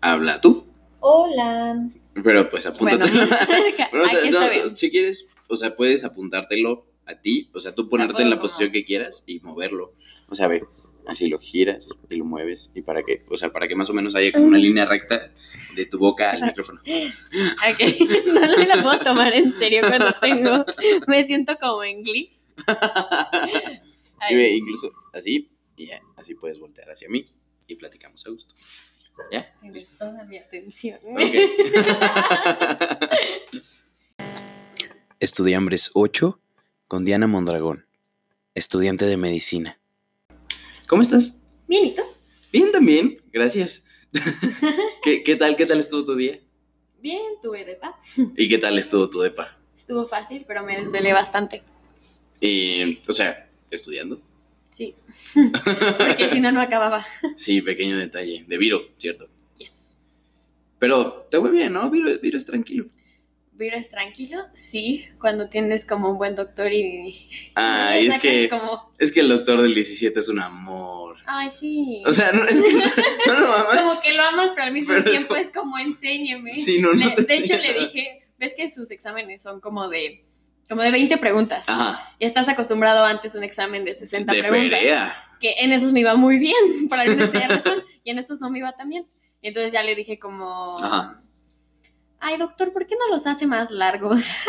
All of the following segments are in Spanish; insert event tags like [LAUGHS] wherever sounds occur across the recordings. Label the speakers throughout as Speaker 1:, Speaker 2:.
Speaker 1: habla tú.
Speaker 2: Hola.
Speaker 1: Pero pues
Speaker 3: Bueno,
Speaker 1: apúntatelo. [LAUGHS] Pero, o sea,
Speaker 3: aquí
Speaker 1: no,
Speaker 3: está bien.
Speaker 1: si quieres, o sea, puedes apuntártelo a ti, o sea, tú ponerte
Speaker 3: puedo
Speaker 1: en la
Speaker 3: como-
Speaker 1: posición que quieras y moverlo. O sea, ve, así lo giras y lo mueves y para que, o sea, para que más o menos haya como una línea recta de tu boca al micrófono.
Speaker 3: Ok, No me la puedo tomar en serio cuando tengo. Me siento como en Glee.
Speaker 1: Y ve,
Speaker 3: Ay,
Speaker 1: incluso así y ya, así puedes voltear hacia mí y platicamos a gusto. ¿Ya?
Speaker 3: tienes toda mi atención.
Speaker 1: Ok. [LAUGHS] Estudiambres 8 con Diana Mondragón, estudiante de medicina. ¿Cómo estás?
Speaker 3: [LAUGHS] Bien, ¿y tú?
Speaker 1: Bien también, gracias. [LAUGHS] ¿Qué, qué tal, qué tal estuvo tu día?
Speaker 3: Bien, tuve depa.
Speaker 1: ¿Y qué tal estuvo tu depa?
Speaker 3: Estuvo fácil, pero me desvelé bastante.
Speaker 1: Y, o sea, estudiando.
Speaker 3: Sí. [LAUGHS] Porque si no, no acababa.
Speaker 1: Sí, pequeño detalle, de Viro, ¿cierto?
Speaker 3: Yes.
Speaker 1: Pero te fue bien, ¿no? Viro, Viro es tranquilo.
Speaker 3: ¿Viro es tranquilo? Sí, cuando tienes como un buen doctor y.
Speaker 1: Ay, es
Speaker 3: sacas
Speaker 1: que,
Speaker 3: Como,
Speaker 1: es que el doctor del 17 es un amor.
Speaker 3: ay, sí.
Speaker 1: O sea, no, es que no, no lo [LAUGHS]
Speaker 3: como
Speaker 1: mamas.
Speaker 3: que lo amas, pero al mismo
Speaker 1: Pero es
Speaker 3: tiempo es como enséñeme.
Speaker 1: Sí, no, no
Speaker 3: Le-
Speaker 1: te
Speaker 3: de hecho,
Speaker 1: enseña
Speaker 3: le
Speaker 1: nada.
Speaker 3: dije, ves que sus exámenes son como de, como de 20 preguntas.
Speaker 1: Ajá,
Speaker 3: Y estás acostumbrado antes a un examen de 60
Speaker 1: de
Speaker 3: preguntas.
Speaker 1: perea.
Speaker 3: Que en esos me iba muy bien, [LAUGHS] por alguna extraña razón. Y en esos no me iba tan bien. Y entonces ya le dije como,
Speaker 1: Ajá.
Speaker 3: ay doctor, ¿por qué no los hace más largos? [LAUGHS]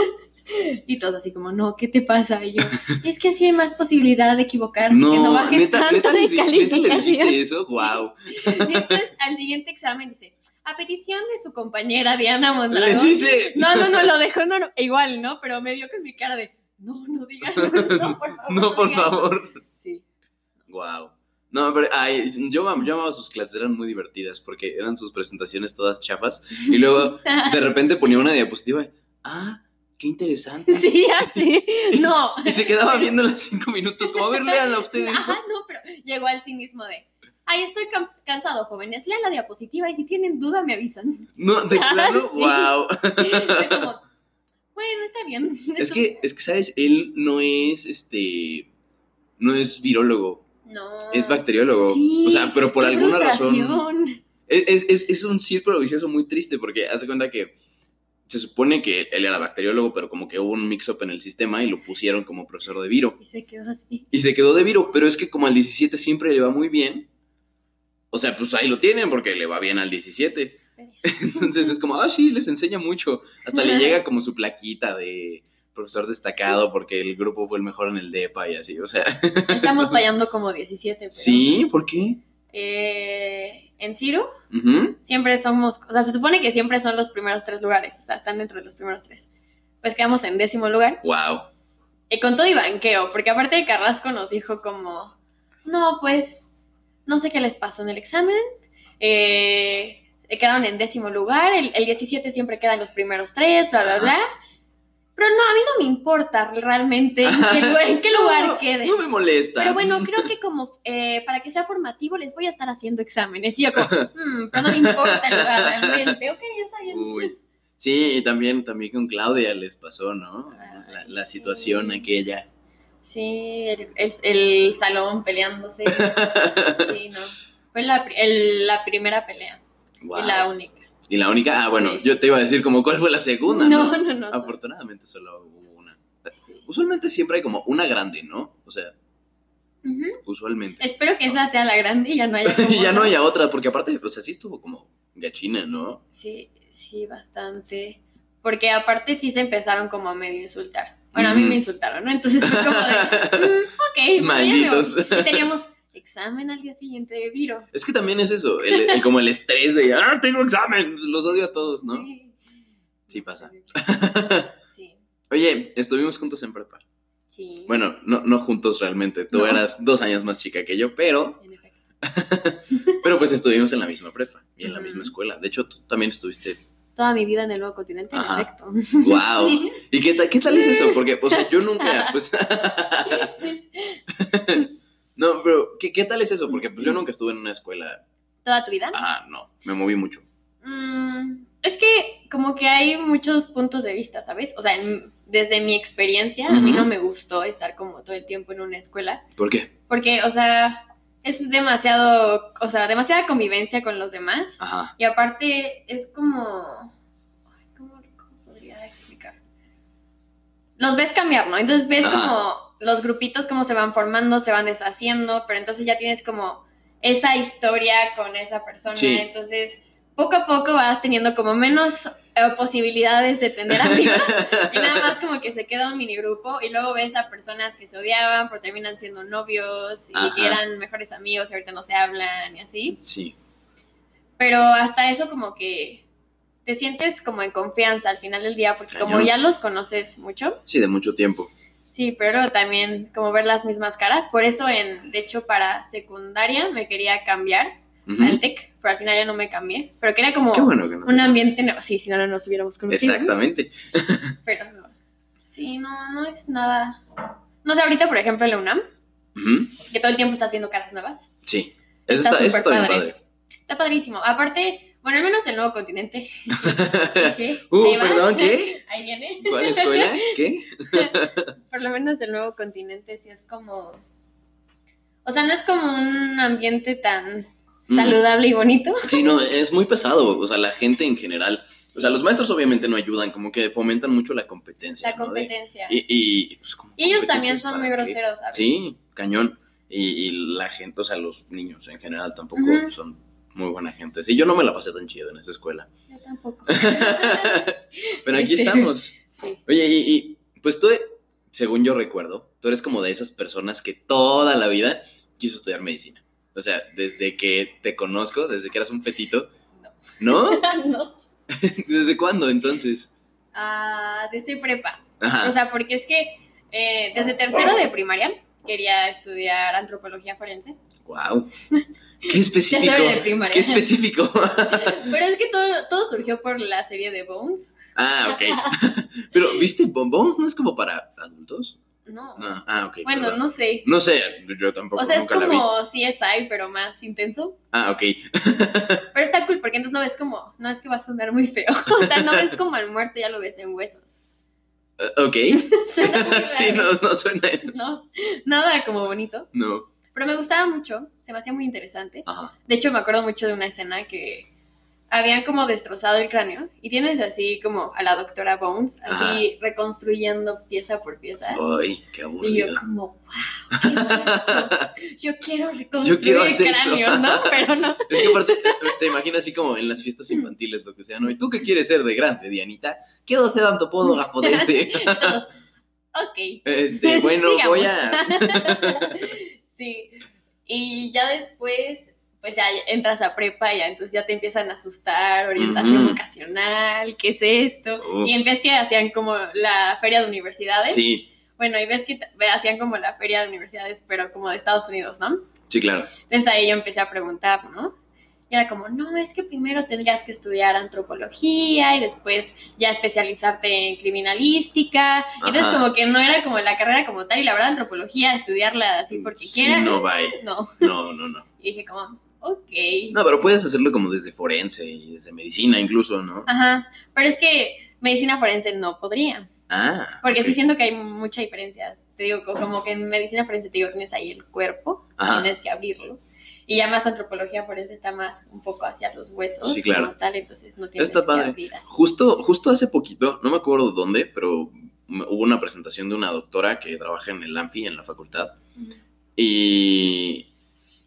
Speaker 3: Y todos así como, no, ¿qué te
Speaker 1: [LAUGHS]
Speaker 3: pasa? Y yo, es que así hay más posibilidad de equivocarse, que no
Speaker 1: No,
Speaker 3: bajes
Speaker 1: neta, neta,
Speaker 3: tanto de
Speaker 1: le, di- neta le
Speaker 3: calificación.
Speaker 1: dijiste eso, wow.
Speaker 3: Y [LAUGHS] entonces al siguiente examen dice, a petición de su compañera Diana
Speaker 1: Le
Speaker 3: Mondragón.
Speaker 1: hice.
Speaker 3: No, no, no, lo dejó no, no, igual, ¿no? Pero me vio con mi cara de, no, no digas, no, por favor.
Speaker 1: [LAUGHS] No, por
Speaker 3: digas".
Speaker 1: favor.
Speaker 3: Sí. [LAUGHS]
Speaker 1: Wow. No, pero ay, yo, am- yo amaba sus clases, eran muy divertidas porque eran sus presentaciones todas chafas y luego de repente ponía una diapositiva y, ah, qué interesante.
Speaker 3: Sí,
Speaker 1: [LAUGHS]
Speaker 3: así. No.
Speaker 1: Y se quedaba viéndola cinco minutos, como a ver, léanla ustedes. ¿no?".
Speaker 3: Ajá, no, pero llegó al cinismo de, ay, estoy cam- cansado, jóvenes, lean la diapositiva y si tienen duda me avisan. [LAUGHS]
Speaker 1: No, de
Speaker 3: Ah,
Speaker 1: plano,
Speaker 3: sí.
Speaker 1: wow.
Speaker 3: Fue como, bueno, está bien.
Speaker 1: Es que, es que, ¿sabes? Él no es, este, no es virólogo,
Speaker 3: No.
Speaker 1: es bacteriólogo.
Speaker 3: Sí,
Speaker 1: o sea, pero por
Speaker 3: qué
Speaker 1: alguna razón...
Speaker 3: frustración.
Speaker 1: Es, es- es- es un círculo vicioso muy triste porque hace cuenta que se supone que él era bacteriólogo, pero como que hubo un mix-up en el sistema y lo pusieron como profesor de viro.
Speaker 3: Y se quedó así.
Speaker 1: Y se quedó de viro, pero es que como al 17 siempre le va muy bien, o sea, pues ahí lo tienen porque le va bien al 17. [LAUGHS] Entonces es como, ah, sí, les enseña mucho. Hasta le llega como su plaquita de profesor destacado porque el grupo fue el mejor en el DEPA y así, o sea.
Speaker 3: Estamos fallando como 17. pero,
Speaker 1: Sí, ¿por qué?
Speaker 3: eh, en Ciro
Speaker 1: Ujú.
Speaker 3: siempre somos, o sea, se supone que siempre son los primeros tres lugares, o sea, están dentro de los primeros tres. Pues quedamos en décimo lugar.
Speaker 1: Wow.
Speaker 3: Y Eh, con todo y banqueo, porque aparte de Carrasco nos dijo como, no, pues, no sé qué les pasó en el examen. Eh, quedaron en décimo lugar, el, el 17 siempre quedan los primeros tres, bla, bla, bla. Pero no, a mí no me importa realmente [LAUGHS] en qué, lu- en qué
Speaker 1: [LAUGHS]
Speaker 3: lugar
Speaker 1: No,
Speaker 3: quede.
Speaker 1: No me molesta.
Speaker 3: Pero bueno, creo que como eh, para que sea formativo les voy a estar haciendo exámenes. Y yo como, "Mm, pero no me importa el lugar realmente. Ok, está bien.
Speaker 1: Uy. Sí, y también, también con Claudia les pasó, ¿no? La, la
Speaker 3: sí.
Speaker 1: situación aquella.
Speaker 3: Sí, el, el- el
Speaker 1: [LAUGHS]
Speaker 3: salón peleándose. Sí, no. Fue la, pri- el- la primera pelea
Speaker 1: Guau.
Speaker 3: y la única.
Speaker 1: ¿Y la única, ah, bueno,
Speaker 3: Sí.
Speaker 1: yo te iba a decir como cuál fue la segunda.
Speaker 3: no, no, no.
Speaker 1: Ah, Afortunadamente solo hubo una.
Speaker 3: sí.
Speaker 1: Usualmente siempre hay como una grande, ¿no? O sea,
Speaker 3: Ujú.
Speaker 1: usualmente.
Speaker 3: Espero que esa sea la grande y ya
Speaker 1: [LAUGHS]
Speaker 3: no haya como
Speaker 1: Y ya no
Speaker 3: otra.
Speaker 1: haya otra, porque aparte, o sea, sí estuvo como gachina, ¿no?
Speaker 3: Sí, sí, bastante. Porque aparte sí se empezaron como a medio insultar. Bueno, a mí
Speaker 1: Ujú.
Speaker 3: me insultaron, ¿no? Entonces fue como
Speaker 1: [LAUGHS]
Speaker 3: de, "Mm, ok, pues ya me
Speaker 1: Malditos.
Speaker 3: voy". Y teníamos examen al día siguiente de Viro.
Speaker 1: Es que también es eso, el, el- como el estrés de, ah, tengo examen, los odio a todos, ¿no?
Speaker 3: Sí.
Speaker 1: Sí pasa.
Speaker 3: Sí,
Speaker 1: Oye, estuvimos juntos en prepa.
Speaker 3: sí.
Speaker 1: [LAUGHS] Bueno, no, no juntos realmente, tú
Speaker 3: No.
Speaker 1: eras dos años más chica que yo,
Speaker 3: [LAUGHS]
Speaker 1: pero
Speaker 3: En efecto.
Speaker 1: Pero pues estuvimos en la misma prepa y en la
Speaker 3: Ujú.
Speaker 1: misma escuela. De hecho, tú también estuviste.
Speaker 3: Toda mi vida en el nuevo continente, en
Speaker 1: Ajá. Ah,
Speaker 3: efecto. [LAUGHS]
Speaker 1: ¡Wow! ¿Y qué, ta- qué tal es eso? Porque, o sea, yo nunca, pues... [LAUGHS] no, pero, ¿qué, qué tal es eso? Porque, pues, yo nunca estuve en una escuela...
Speaker 3: ¿Toda tu vida?
Speaker 1: Ah, no, me moví mucho.
Speaker 3: Mm, es que como que hay muchos puntos de vista, ¿sabes? O sea, en- desde mi experiencia, a mí
Speaker 1: Ujú.
Speaker 3: no me gustó estar como todo el tiempo en una escuela.
Speaker 1: ¿Por qué?
Speaker 3: Porque, o sea, es demasiado, o sea, demasiada convivencia con los demás.
Speaker 1: Ajá.
Speaker 3: Y aparte es como... ay, ¿Cómo, cómo podría explicar? Los ves cambiar, ¿no? Entonces ves
Speaker 1: Ajá.
Speaker 3: como los grupitos cómo se van formando, se van deshaciendo, pero entonces ya tienes como esa historia con esa persona.
Speaker 1: Sí.
Speaker 3: Entonces poco a poco vas teniendo como menos eh, posibilidades de tener
Speaker 1: [LAUGHS]
Speaker 3: amigos y nada más como que se queda un mini grupo y luego ves a personas que se odiaban pero terminan siendo novios y que
Speaker 1: Ajá.
Speaker 3: eran mejores amigos y ahorita no se hablan y así
Speaker 1: Sí.
Speaker 3: pero hasta eso como que te sientes como en confianza al final del día, porque como
Speaker 1: Cañón.
Speaker 3: ya los conoces mucho,
Speaker 1: Sí, de mucho tiempo.
Speaker 3: sí, pero también como ver las mismas caras, por eso en, de hecho para secundaria me quería cambiar
Speaker 1: Ujú.
Speaker 3: al TEC, pero al final ya no me cambié, pero que era como
Speaker 1: Qué bueno que no.
Speaker 3: un ambiente, nuevo. sí, si no, no nos hubiéramos conocido,
Speaker 1: Exactamente.
Speaker 3: pero no. sí, no, no es nada, no sé, ahorita por ejemplo en la UNAM,
Speaker 1: Ujú.
Speaker 3: que todo el tiempo estás viendo caras nuevas,
Speaker 1: Sí. Eso
Speaker 3: Está
Speaker 1: está, eso está
Speaker 3: súper
Speaker 1: bien
Speaker 3: padre.
Speaker 1: padre.
Speaker 3: está padrísimo, aparte, bueno, al menos el nuevo
Speaker 1: [LAUGHS]
Speaker 3: continente, [LAUGHS] Jeje, ahí
Speaker 1: uh,
Speaker 3: va.
Speaker 1: perdón, ¿qué?
Speaker 3: Ahí viene.
Speaker 1: ¿Cuál escuela? ¿Qué?
Speaker 3: Por lo menos el nuevo continente sí es como. O sea, no es como un ambiente tan saludable y bonito.
Speaker 1: Sí, no, es muy pesado, o sea, la gente en general. O sea, los maestros obviamente no ayudan, como que fomentan mucho la competencia.
Speaker 3: La
Speaker 1: ¿no? De-
Speaker 3: competencia.
Speaker 1: y, y, pues, como
Speaker 3: Y ellos
Speaker 1: competencias
Speaker 3: también son
Speaker 1: para
Speaker 3: muy
Speaker 1: qué.
Speaker 3: groseros, ¿sabes?
Speaker 1: Sí, cañón. Y, y la gente, o sea, los niños en general tampoco
Speaker 3: Ujú.
Speaker 1: son muy buena gente. Sí, yo no me la pasé tan chido en esa escuela. [LAUGHS]
Speaker 3: Yo tampoco.
Speaker 1: Pero aquí
Speaker 3: Este.
Speaker 1: estamos.
Speaker 3: Sí. [LAUGHS]
Speaker 1: Oye, y, y, pues tú, según yo recuerdo, tú eres como de esas personas que toda la vida quiso estudiar medicina. O sea, desde que te conozco, desde que eras un fetito. ¿No?
Speaker 3: no.
Speaker 1: [LAUGHS] ¿Desde cuándo entonces?
Speaker 3: Ah, desde prepa.
Speaker 1: Ajá.
Speaker 3: O sea, porque es que eh, desde tercero de primaria quería estudiar antropología forense.
Speaker 1: wow. Qué
Speaker 3: Tercero
Speaker 1: específico.
Speaker 3: de primaria.
Speaker 1: Qué específico. [LAUGHS]
Speaker 3: Pero es que todo, todo surgió por la serie de Bones.
Speaker 1: ah, ok.
Speaker 3: [LAUGHS]
Speaker 1: Pero, ¿viste? Bombons no es como para adultos.
Speaker 3: No.
Speaker 1: No. Ah, ok.
Speaker 3: bueno,
Speaker 1: perdón.
Speaker 3: no sé.
Speaker 1: No sé, yo tampoco
Speaker 3: O sea, es
Speaker 1: nunca la vi.
Speaker 3: como CSI, pero más intenso.
Speaker 1: Ah, ok.
Speaker 3: Pero está cool porque entonces no ves como, no es que va a sonar muy feo. [LAUGHS] O sea, no ves como al muerto, ya lo ves en huesos. [LAUGHS]
Speaker 1: Eh, Ok.
Speaker 3: Suena muy
Speaker 1: sí, no,
Speaker 3: raro.
Speaker 1: no suena.
Speaker 3: No, nada como bonito.
Speaker 1: No.
Speaker 3: Pero me gustaba mucho, se me hacía muy interesante.
Speaker 1: Ajá.
Speaker 3: De hecho, me acuerdo mucho de una escena que habían como destrozado el cráneo y tienes así como a la doctora Bones, así reconstruyendo pieza por pieza.
Speaker 1: Ay, qué
Speaker 3: Y yo
Speaker 1: aburrido.
Speaker 3: como, wow, ¿qué es
Speaker 1: [LAUGHS]
Speaker 3: esto? Yo quiero reconstruir
Speaker 1: hacer
Speaker 3: el
Speaker 1: eso.
Speaker 3: cráneo, ¿no? Pero no.
Speaker 1: Es que aparte te- te imaginas así como en las fiestas infantiles, lo que sea, ¿no? ¿Y tú qué quieres ser de grande, Dianita? Quiero ser antropóloga de
Speaker 3: [LAUGHS] Todos, ok. [LAUGHS]
Speaker 1: Este, bueno,
Speaker 3: Sigamos.
Speaker 1: voy a...
Speaker 3: [LAUGHS] sí. Y ya después, pues ya entras a prepa, ya entonces ya te empiezan a asustar, orientación
Speaker 1: Ujú.
Speaker 3: vocacional, ¿qué es esto?
Speaker 1: Uh.
Speaker 3: Y en vez que hacían como la feria de universidades,
Speaker 1: Sí,
Speaker 3: bueno, y ves que t- hacían como la feria de universidades, pero como de Estados Unidos, ¿no?
Speaker 1: sí, claro.
Speaker 3: Entonces ahí yo empecé a preguntar, ¿no? Y era como, no, es que primero tendrías que estudiar antropología y después ya especializarte en criminalística. Y Entonces
Speaker 1: Ajá.
Speaker 3: como que no era como la carrera como tal y la verdad antropología, estudiarla así porque
Speaker 1: Sí,
Speaker 3: quieras.
Speaker 1: no, bye.
Speaker 3: [LAUGHS] No.
Speaker 1: No, no, no.
Speaker 3: Y dije como, ok.
Speaker 1: No, pero puedes hacerlo como desde forense y desde medicina incluso, ¿no?
Speaker 3: Ajá. Pero es que medicina forense no podría.
Speaker 1: Ah,
Speaker 3: Porque
Speaker 1: ok.
Speaker 3: sí siento que hay mucha diferencia. Te digo, co- como que en medicina forense te digo, tienes ahí el cuerpo,
Speaker 1: Ajá.
Speaker 3: tienes que abrirlo. Y ya más antropología forense está más un poco hacia los huesos
Speaker 1: Sí, claro.
Speaker 3: como tal, entonces no tienes
Speaker 1: Está
Speaker 3: que
Speaker 1: padre.
Speaker 3: abrir así.
Speaker 1: Justo, justo hace poquito, no me acuerdo dónde, pero m- hubo una presentación de una doctora que trabaja en el ANFI, en la facultad, y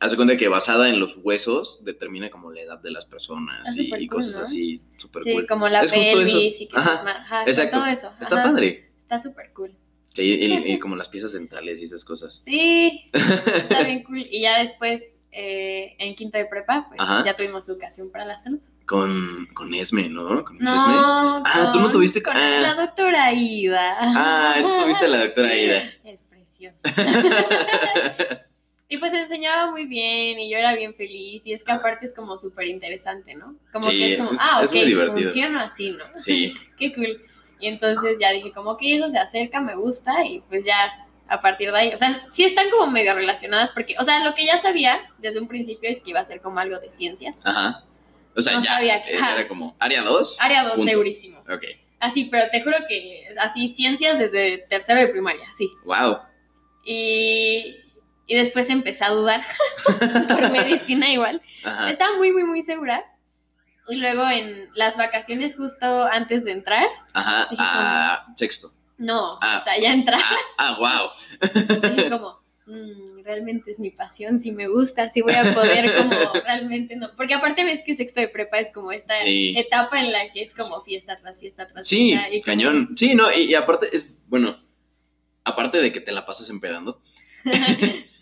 Speaker 1: hace cuenta que basada en los huesos determina como la edad de las
Speaker 3: Ah,
Speaker 1: personas y,
Speaker 3: súper
Speaker 1: y
Speaker 3: cool,
Speaker 1: cosas
Speaker 3: ¿no?
Speaker 1: así, súper
Speaker 3: Sí,
Speaker 1: cool.
Speaker 3: como la
Speaker 1: Es justo
Speaker 3: pelvis
Speaker 1: eso.
Speaker 3: y que
Speaker 1: Ajá,
Speaker 3: es más- ajá,
Speaker 1: exacto.
Speaker 3: todo eso.
Speaker 1: Está
Speaker 3: Ajá,
Speaker 1: padre.
Speaker 3: Está súper cool.
Speaker 1: Sí, y, y como las piezas dentales y esas cosas.
Speaker 3: Sí,
Speaker 1: [LAUGHS]
Speaker 3: está bien cool. Y ya después, eh, en quinto de prepa, pues
Speaker 1: Ajá.
Speaker 3: ya tuvimos educación para la salud.
Speaker 1: Con, con Esme, ¿no? Con
Speaker 3: No,
Speaker 1: Esme. Ah, ¿tú no
Speaker 3: con-
Speaker 1: tuviste-
Speaker 3: con
Speaker 1: ah.
Speaker 3: la doctora Ida.
Speaker 1: Ah,
Speaker 3: [LAUGHS]
Speaker 1: tú tuviste a la doctora Ida.
Speaker 3: Es preciosa. y pues enseñaba muy bien y yo era bien feliz. Y es que aparte es como súper interesante, ¿no? Como
Speaker 1: Ah. Sí,
Speaker 3: que es como,
Speaker 1: es-
Speaker 3: ah,
Speaker 1: es
Speaker 3: ok,
Speaker 1: muy divertido.
Speaker 3: funciona así, ¿no?
Speaker 1: Sí,
Speaker 3: [LAUGHS] Qué cool. Y entonces ya dije, como que eso se acerca, me gusta. Y pues ya a partir de ahí, o sea, sí están como medio relacionadas porque, o sea, lo que ya sabía desde un principio es que iba a ser como algo de ciencias.
Speaker 1: ajá. O sea,
Speaker 3: No
Speaker 1: ya
Speaker 3: sabía que-
Speaker 1: eh,
Speaker 3: ajá.
Speaker 1: era como área 2.
Speaker 3: Área 2,
Speaker 1: Punto.
Speaker 3: segurísimo.
Speaker 1: Ok,
Speaker 3: Así, pero te juro que así, ciencias desde tercero de primaria, sí.
Speaker 1: wow.
Speaker 3: Y, y Y después empecé a dudar [LAUGHS] por medicina igual.
Speaker 1: Ajá.
Speaker 3: Estaba muy, muy, muy segura. Y luego en las vacaciones justo antes de entrar,
Speaker 1: Ajá. Ah, sexto.
Speaker 3: no,
Speaker 1: Ah.
Speaker 3: o sea, ya entrar, [LAUGHS]
Speaker 1: Ah, ah, wow.
Speaker 3: dije como, "Mm, realmente es mi pasión, si me gusta, si voy a
Speaker 1: [LAUGHS]
Speaker 3: poder, como realmente no. Porque aparte ves que sexto de prepa es como esta
Speaker 1: Sí.
Speaker 3: etapa en la que es como fiesta tras fiesta tras
Speaker 1: Sí,
Speaker 3: fiesta. y como-
Speaker 1: cañón. Sí, no, y, y aparte es, bueno, aparte de que te la pasas empedando.
Speaker 3: [LAUGHS]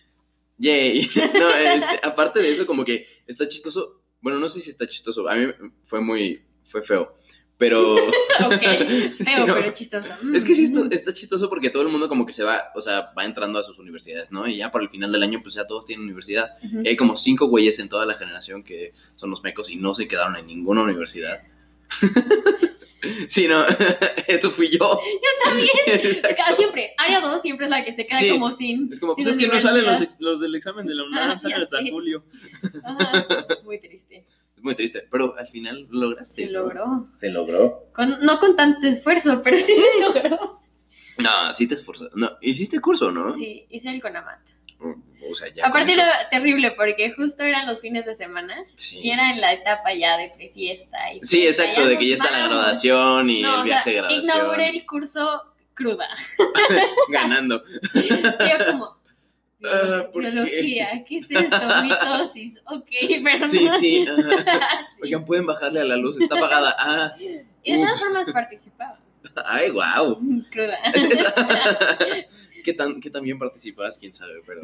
Speaker 1: Yay. [LAUGHS] No, este, aparte de eso, como que está chistoso. Bueno, no sé si está chistoso. A mí fue muy, fue feo. Pero
Speaker 3: [LAUGHS]
Speaker 1: [LAUGHS]
Speaker 3: Ok, feo,
Speaker 1: Sí, no.
Speaker 3: pero chistoso.
Speaker 1: es que sí
Speaker 3: Mm.
Speaker 1: esto- está chistoso porque todo el mundo como que se va, o sea, va entrando a sus universidades, ¿no? Y ya para el final del año, pues ya todos tienen universidad.
Speaker 3: Ujú.
Speaker 1: Y hay como cinco güeyes en toda la generación que son los mecos y no se quedaron en ninguna universidad. [LAUGHS] sí, no, [LAUGHS] eso fui yo. Yo [LAUGHS] también.
Speaker 3: Ah, Siempre, área 2 siempre es la que se queda
Speaker 1: Sí.
Speaker 3: como sin.
Speaker 1: Es como,
Speaker 3: sin
Speaker 1: pues es que no salen los,
Speaker 3: [LAUGHS] universidad.
Speaker 1: ex- los del examen de la UNAM,
Speaker 3: Ah,
Speaker 1: salen
Speaker 3: ya
Speaker 1: hasta
Speaker 3: sé.
Speaker 1: julio.
Speaker 3: Ajá, muy triste.
Speaker 1: Es muy triste, pero al final lo lograste.
Speaker 3: Se
Speaker 1: ¿no?
Speaker 3: logró.
Speaker 1: Se logró.
Speaker 3: Con- no con tanto esfuerzo, pero sí se logró.
Speaker 1: No, sí te esforzaste. No, hiciste curso, ¿no?
Speaker 3: Sí, hice el Conamat.
Speaker 1: O, o sea, ya.
Speaker 3: Aparte
Speaker 1: con eso-
Speaker 3: era terrible porque justo eran los fines de semana
Speaker 1: Sí.
Speaker 3: y era en la etapa ya de prefiesta. y
Speaker 1: Sí,
Speaker 3: fiesta,
Speaker 1: exacto, de que ya
Speaker 3: nos
Speaker 1: está la
Speaker 3: vamos.
Speaker 1: graduación y
Speaker 3: No,
Speaker 1: el
Speaker 3: o
Speaker 1: viaje
Speaker 3: sea,
Speaker 1: de graduación.
Speaker 3: Inauguré el curso cruda.
Speaker 1: [LAUGHS]
Speaker 3: [LAUGHS]
Speaker 1: Ganando.
Speaker 3: Yo como,
Speaker 1: Ah, ¿por qué?
Speaker 3: biología, ¿qué? es esto? Mitosis, ok, [LAUGHS] pero
Speaker 1: Sí,
Speaker 3: no. [LAUGHS]
Speaker 1: sí. ajá. Oigan, pueden bajarle a la luz, está apagada. Ah,
Speaker 3: Y de todas
Speaker 1: Ups.
Speaker 3: formas participaba. [LAUGHS]
Speaker 1: ay, wow.
Speaker 3: Mm, Cruda.
Speaker 1: Es, es- ¿Qué, tan, ¿Qué tan bien participas? Quién sabe, pero.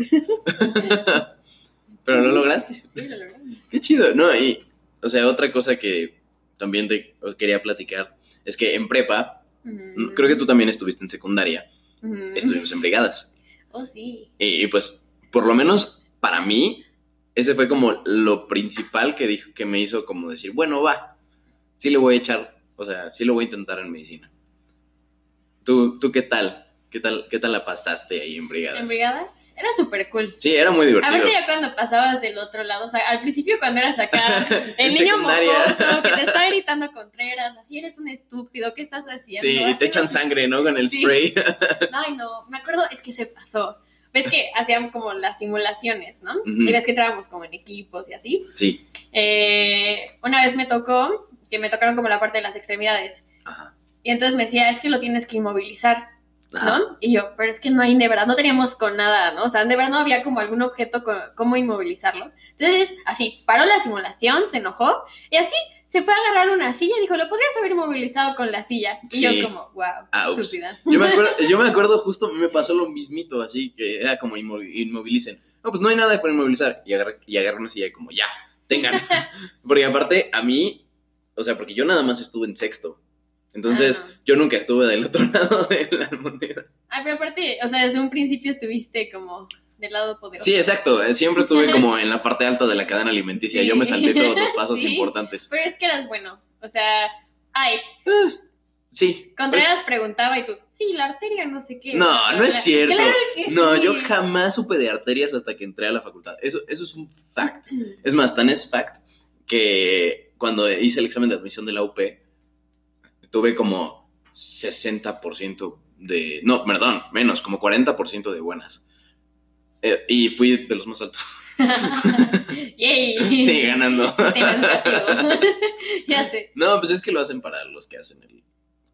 Speaker 1: pero lo lograste.
Speaker 3: Sí, lo logré.
Speaker 1: Qué chido, ¿no? Y, o sea, otra cosa que también te os quería platicar es que en prepa,
Speaker 3: Mm.
Speaker 1: creo que tú también estuviste en secundaria,
Speaker 3: Mm.
Speaker 1: estuvimos en brigadas.
Speaker 3: Oh, sí.
Speaker 1: Y, y, pues, por lo menos para mí, ese fue como lo principal que, dijo, que me hizo como decir, bueno, va, sí le voy a echar, o sea, sí lo voy a intentar en medicina. ¿Tú, tú qué tal? ¿Qué tal, ¿Qué tal la pasaste ahí en brigadas?
Speaker 3: En brigadas era súper cool.
Speaker 1: Sí, era muy divertido.
Speaker 3: Aparte ya cuando pasabas del otro lado, o sea, al principio cuando eras acá, el
Speaker 1: [LAUGHS] En
Speaker 3: niño
Speaker 1: secundaria.
Speaker 3: mocoso que te está gritando Contreras, así eres un estúpido, ¿qué estás haciendo?
Speaker 1: Sí, y
Speaker 3: Así
Speaker 1: te echan
Speaker 3: no-
Speaker 1: sangre, ¿no? Con el
Speaker 3: Sí.
Speaker 1: spray. [LAUGHS]
Speaker 3: Ay, no, me acuerdo, es que se pasó. Ves que hacían como las simulaciones, ¿no?
Speaker 1: Ujú.
Speaker 3: Y ves que entrábamos como en equipos y así.
Speaker 1: Sí.
Speaker 3: Eh, una vez me tocó que me tocaron como la parte de las extremidades.
Speaker 1: Ajá.
Speaker 3: Y entonces me decía, es que lo tienes que inmovilizar, ¿no?
Speaker 1: Ajá.
Speaker 3: Y yo, pero es que no hay, de verdad, no teníamos con nada, ¿no? O sea, de verdad no había como algún objeto co- cómo inmovilizarlo. Entonces, así, paró la simulación, se enojó y así se fue a agarrar una silla y dijo, lo podrías haber inmovilizado con la silla. Y
Speaker 1: Sí.
Speaker 3: yo como, wow,
Speaker 1: Ah, ups.
Speaker 3: estúpida.
Speaker 1: Yo me acuerdo, yo me acuerdo justo me pasó lo mismito, así que era como inmo- inmovilicen. No, pues no hay nada para inmovilizar. Y agarré, y agarré una silla y como, ya,
Speaker 3: [LAUGHS]
Speaker 1: tengan. Porque aparte, a mí, o sea, porque yo nada más estuve en sexto. Entonces,
Speaker 3: Ah.
Speaker 1: yo nunca estuve del otro [LAUGHS] lado de la moneda.
Speaker 3: Ay, pero aparte, o sea, desde un principio estuviste como del lado poderoso.
Speaker 1: Sí, exacto. eh, Siempre estuve como en la parte alta de la cadena alimenticia.
Speaker 3: Sí.
Speaker 1: Yo me salté todos los pasos
Speaker 3: [LAUGHS] Sí.
Speaker 1: importantes.
Speaker 3: Pero es que eras bueno, o sea, ay,
Speaker 1: Sí.
Speaker 3: Contreras preguntaba y tú, sí, la arteria no sé qué.
Speaker 1: No, no es cierto.
Speaker 3: Claro que
Speaker 1: No,
Speaker 3: sí.
Speaker 1: yo jamás supe de arterias hasta que entré a la facultad. Eso, eso es un fact. Es más, tan es fact que cuando hice el examen de admisión de la UP, tuve como 60% de... No, perdón, menos, como 40% de buenas. Eh, y fui de los más altos.
Speaker 3: [LAUGHS] Yay.
Speaker 1: [LAUGHS] Sí, ganando. [LAUGHS]
Speaker 3: Sistema educativo. [LAUGHS] ya sé.
Speaker 1: No, pues es que lo hacen para los que hacen el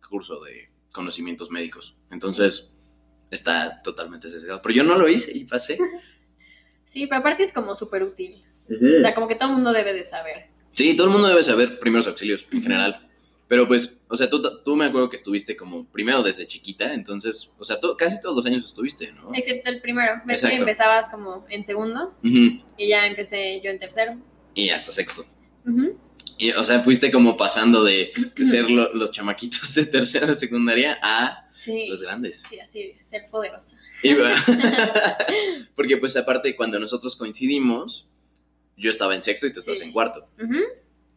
Speaker 1: curso de conocimientos médicos. Entonces, está totalmente sesgado. Pero yo no lo hice y pasé.
Speaker 3: Sí, pero aparte es como súper útil. O sea, como que todo el mundo debe de saber.
Speaker 1: Sí, todo el mundo debe saber primeros auxilios en general. Pero pues, o sea, tú, tú me acuerdo que estuviste como primero desde chiquita, entonces, o sea, tú- casi todos los años estuviste, ¿no?
Speaker 3: Excepto el primero. Ves que
Speaker 1: Exacto.
Speaker 3: empezabas como en segundo
Speaker 1: Ujú,
Speaker 3: y ya empecé yo en tercero.
Speaker 1: Y hasta sexto.
Speaker 3: Ujú.
Speaker 1: Y, o sea, fuiste como pasando de,
Speaker 3: [CLEARS THROAT]
Speaker 1: de ser lo- los chamaquitos de tercera de secundaria a
Speaker 3: Sí.
Speaker 1: los grandes.
Speaker 3: Sí, así, ser poderosa.
Speaker 1: Y-
Speaker 3: [LAUGHS]
Speaker 1: porque pues aparte, cuando nosotros coincidimos, yo estaba en sexto y tú estás
Speaker 3: Sí.
Speaker 1: en cuarto.
Speaker 3: Ujú.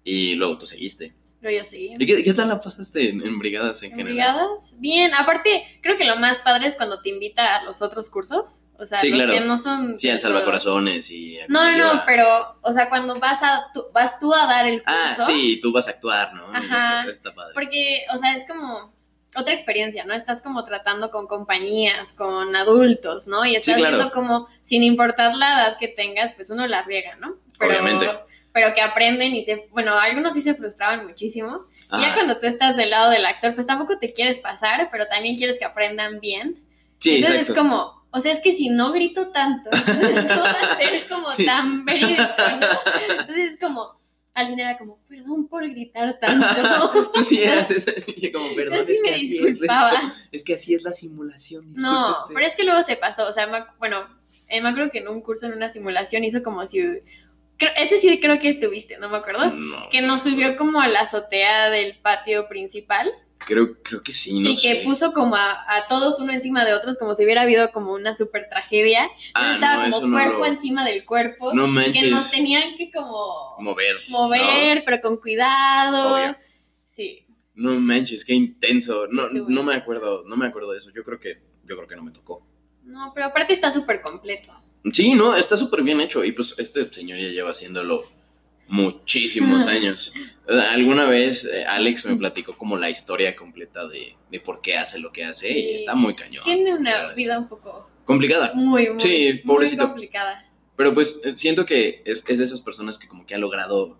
Speaker 1: Y luego tú seguiste.
Speaker 3: Luego yo seguí.
Speaker 1: ¿Y qué, qué tal la pasaste en, en brigadas en,
Speaker 3: ¿En
Speaker 1: general?
Speaker 3: brigadas? Bien, aparte, creo que lo más padre es cuando te invita a los otros cursos. O sea,
Speaker 1: Sí,
Speaker 3: los
Speaker 1: claro.
Speaker 3: que no son.
Speaker 1: Sí, al salvacorazones y... a
Speaker 3: pues, No, no, no,
Speaker 1: cooperativa.
Speaker 3: pero, o sea, cuando vas a tú, vas tú a dar el curso.
Speaker 1: Ah, sí, tú Ah, vas a actuar, ¿no? Y
Speaker 3: Ajá.
Speaker 1: Está, está padre.
Speaker 3: Porque, o sea, es como. otra experiencia, ¿no? Estás como tratando con compañías, con adultos, ¿no? Y estás
Speaker 1: Sí, claro.
Speaker 3: viendo como, sin importar la edad que tengas, pues uno la riega, ¿no? Pero,
Speaker 1: Obviamente.
Speaker 3: Pero que aprenden y se, bueno, algunos sí se frustraban muchísimo. Y
Speaker 1: Ajá.
Speaker 3: Ya cuando tú estás del lado del actor, pues tampoco te quieres pasar, pero también quieres que aprendan bien.
Speaker 1: Sí,
Speaker 3: Entonces
Speaker 1: exacto.
Speaker 3: es como, o sea, es que si no grito tanto, [LAUGHS] entonces no va a ser como
Speaker 1: Sí.
Speaker 3: tan verídico, ¿no? Entonces es como, al final era como, perdón por gritar
Speaker 1: [LAUGHS]
Speaker 3: tanto.
Speaker 1: Tú [LAUGHS]
Speaker 3: [LAUGHS]
Speaker 1: sí eras esa niña como, perdón,
Speaker 3: Así
Speaker 1: es que
Speaker 3: me
Speaker 1: así es esto.
Speaker 3: disculpaba.
Speaker 1: Es que así es la simulación, disculpe
Speaker 3: No,
Speaker 1: usted.
Speaker 3: pero es que luego se pasó, o sea, me ac- bueno, eh, me acuerdo que en un curso, en una simulación, hizo como si, creo- ese sí creo que estuviste, no me acuerdo,
Speaker 1: No,
Speaker 3: que nos subió como a la azotea del patio principal
Speaker 1: creo, creo que sí, no
Speaker 3: y que
Speaker 1: sé.
Speaker 3: puso como a, a todos uno encima de otros, como si hubiera habido como una super tragedia.
Speaker 1: Ah,
Speaker 3: estaba
Speaker 1: no, eso
Speaker 3: como
Speaker 1: no
Speaker 3: cuerpo
Speaker 1: lo-
Speaker 3: encima del cuerpo.
Speaker 1: No
Speaker 3: que nos
Speaker 1: manches.
Speaker 3: tenían que como
Speaker 1: Mover.
Speaker 3: mover, pero con cuidado.
Speaker 1: Obvio.
Speaker 3: Sí.
Speaker 1: No, no manches, qué intenso. No,
Speaker 3: Estuvo
Speaker 1: no me
Speaker 3: intenso.
Speaker 1: acuerdo, no me acuerdo de eso. Yo creo que, yo creo que no me tocó.
Speaker 3: No, pero aparte está súper completo.
Speaker 1: Sí, no, está súper bien hecho. Y pues este señor ya lleva haciéndolo muchísimos años. Eh, Alguna vez eh, Alex me platicó como la historia completa de, de por qué hace lo que hace y
Speaker 3: Sí.
Speaker 1: está muy cañón.
Speaker 3: Tiene
Speaker 1: la
Speaker 3: una
Speaker 1: verdad es
Speaker 3: vida un poco
Speaker 1: Complicada.
Speaker 3: muy, muy,
Speaker 1: Sí,
Speaker 3: muy
Speaker 1: pobrecito.
Speaker 3: complicada.
Speaker 1: Pero pues eh, siento que es, es de esas personas que como que ha logrado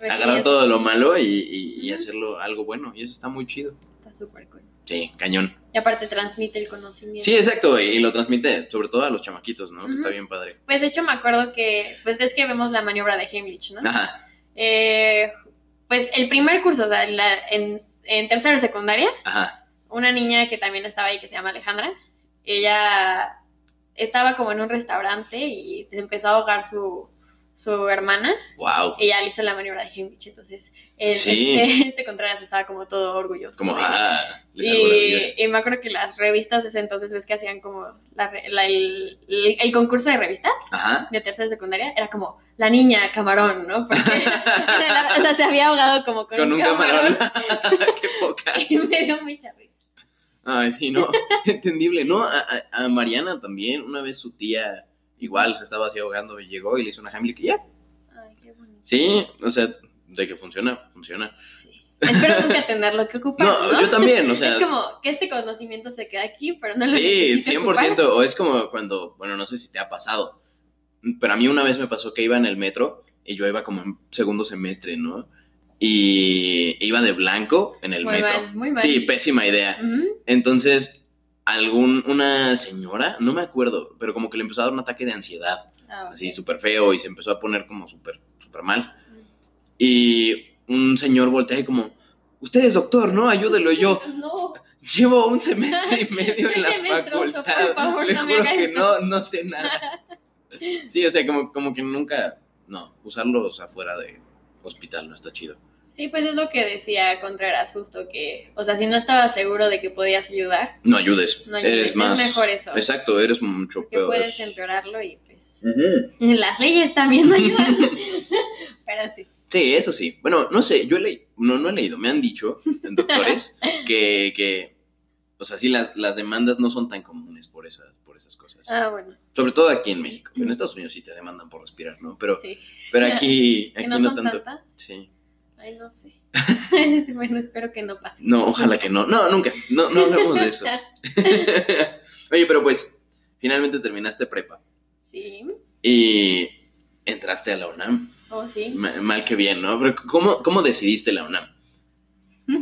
Speaker 1: agarrar
Speaker 3: Resiliencia
Speaker 1: todo lo malo y, y- y
Speaker 3: Ujú.
Speaker 1: hacerlo algo bueno. Y eso está muy chido.
Speaker 3: Está súper cool.
Speaker 1: Sí, cañón.
Speaker 3: Y aparte transmite el conocimiento.
Speaker 1: Sí, exacto. Y, y lo transmite sobre todo a los chamaquitos, ¿no? Que
Speaker 3: Ujú.
Speaker 1: está bien padre.
Speaker 3: Pues de hecho me acuerdo que, pues ves que vemos la maniobra de Heimlich, ¿no?
Speaker 1: Ajá,
Speaker 3: Eh, pues el primer curso, o sea, la- en, en tercero de secundaria,
Speaker 1: ajá.
Speaker 3: una niña que también estaba ahí que se llama Alejandra, ella estaba como en un restaurante y se empezó a ahogar su, su hermana.
Speaker 1: Wow.
Speaker 3: Ella le hizo la maniobra de Heimlich, entonces el-
Speaker 1: Sí.
Speaker 3: [LAUGHS] este, este Contreras estaba como todo orgulloso.
Speaker 1: Como,
Speaker 3: de ella.
Speaker 1: ah, les hago la vida.
Speaker 3: y, y me acuerdo que las revistas de ese entonces, ves que hacían como la re- la- el, el- el concurso de revistas
Speaker 1: Ajá.
Speaker 3: de tercera y secundaria, era como la niña camarón, ¿no? Porque [LAUGHS] o sea, la- o sea, se había ahogado como con,
Speaker 1: Con un camarón. [LAUGHS] Qué poca.
Speaker 3: [LAUGHS] y me dio mucha risa.
Speaker 1: Ay, sí, no. [LAUGHS] Entendible. No, a, a- a Mariana también. Una vez su tía igual se estaba así ahogando y llegó y le hizo una Heimlich y ya.
Speaker 3: Ay, qué bonito.
Speaker 1: Sí, o sea, de que funciona, funciona.
Speaker 3: Sí. Espero nunca tener lo que ocupar.
Speaker 1: No,
Speaker 3: No,
Speaker 1: yo también, o sea.
Speaker 3: Es como que este conocimiento se queda aquí, pero no lo
Speaker 1: Sí,
Speaker 3: necesito
Speaker 1: 100%.
Speaker 3: ocupar.
Speaker 1: O es como cuando, bueno, no sé si te ha pasado, pero a mí una vez me pasó que iba en el metro y yo iba como en segundo semestre, ¿no? Y iba de blanco en el
Speaker 3: muy
Speaker 1: metro.
Speaker 3: mal, muy mal.
Speaker 1: Sí, pésima idea.
Speaker 3: Ujú.
Speaker 1: Entonces, algún, una señora, no me acuerdo, pero como que le empezó a dar un ataque de ansiedad,
Speaker 3: Ah, ok.
Speaker 1: así súper feo y se empezó a poner como súper, súper mal. Y un señor voltea y como, usted es doctor, ¿no? Ayúdelo Y yo.
Speaker 3: No,
Speaker 1: Llevo un semestre
Speaker 3: [LAUGHS]
Speaker 1: y medio en la
Speaker 3: Ese menstruoso, por
Speaker 1: facultad.
Speaker 3: favor,
Speaker 1: Le
Speaker 3: no me
Speaker 1: juro
Speaker 3: haga
Speaker 1: que
Speaker 3: esto.
Speaker 1: no, no sé nada. Sí, o sea, como, como que nunca. No, usarlos afuera de hospital no está chido.
Speaker 3: sí, pues es lo que decía Contreras justo que, o sea, si no estabas seguro de que podías ayudar,
Speaker 1: No ayudes.
Speaker 3: No ayudes,
Speaker 1: Eres
Speaker 3: es
Speaker 1: más.
Speaker 3: mejor eso.
Speaker 1: Exacto, eres mucho
Speaker 3: que
Speaker 1: peor.
Speaker 3: puedes empeorarlo y pues [LAUGHS]
Speaker 1: Ujú.
Speaker 3: las leyes también no ayudan. [LAUGHS] pero sí.
Speaker 1: Sí, eso sí. Bueno, no sé, yo he leído. No, no he leído. Me han dicho,
Speaker 3: [LAUGHS]
Speaker 1: doctores, que. que o sea, sí, las, las demandas no son tan comunes por esas, por esas cosas.
Speaker 3: Ah, bueno,
Speaker 1: Sobre todo aquí en México. En Estados Unidos sí te demandan por respirar, ¿no? Pero,
Speaker 3: sí.
Speaker 1: pero aquí,
Speaker 3: Que
Speaker 1: aquí
Speaker 3: no,
Speaker 1: no,
Speaker 3: son
Speaker 1: tanto.
Speaker 3: tantas.
Speaker 1: Sí.
Speaker 3: Ay, no sé. [LAUGHS] bueno, espero que no pase.
Speaker 1: No, ojalá que no. No, nunca. No, no hablemos de
Speaker 3: [LAUGHS]
Speaker 1: eso. Oye, pero pues, finalmente terminaste prepa
Speaker 3: Sí.
Speaker 1: y entraste a la UNAM.
Speaker 3: Oh, sí.
Speaker 1: Ma- Mal que bien, ¿no? Pero ¿cómo, cómo decidiste la UNAM?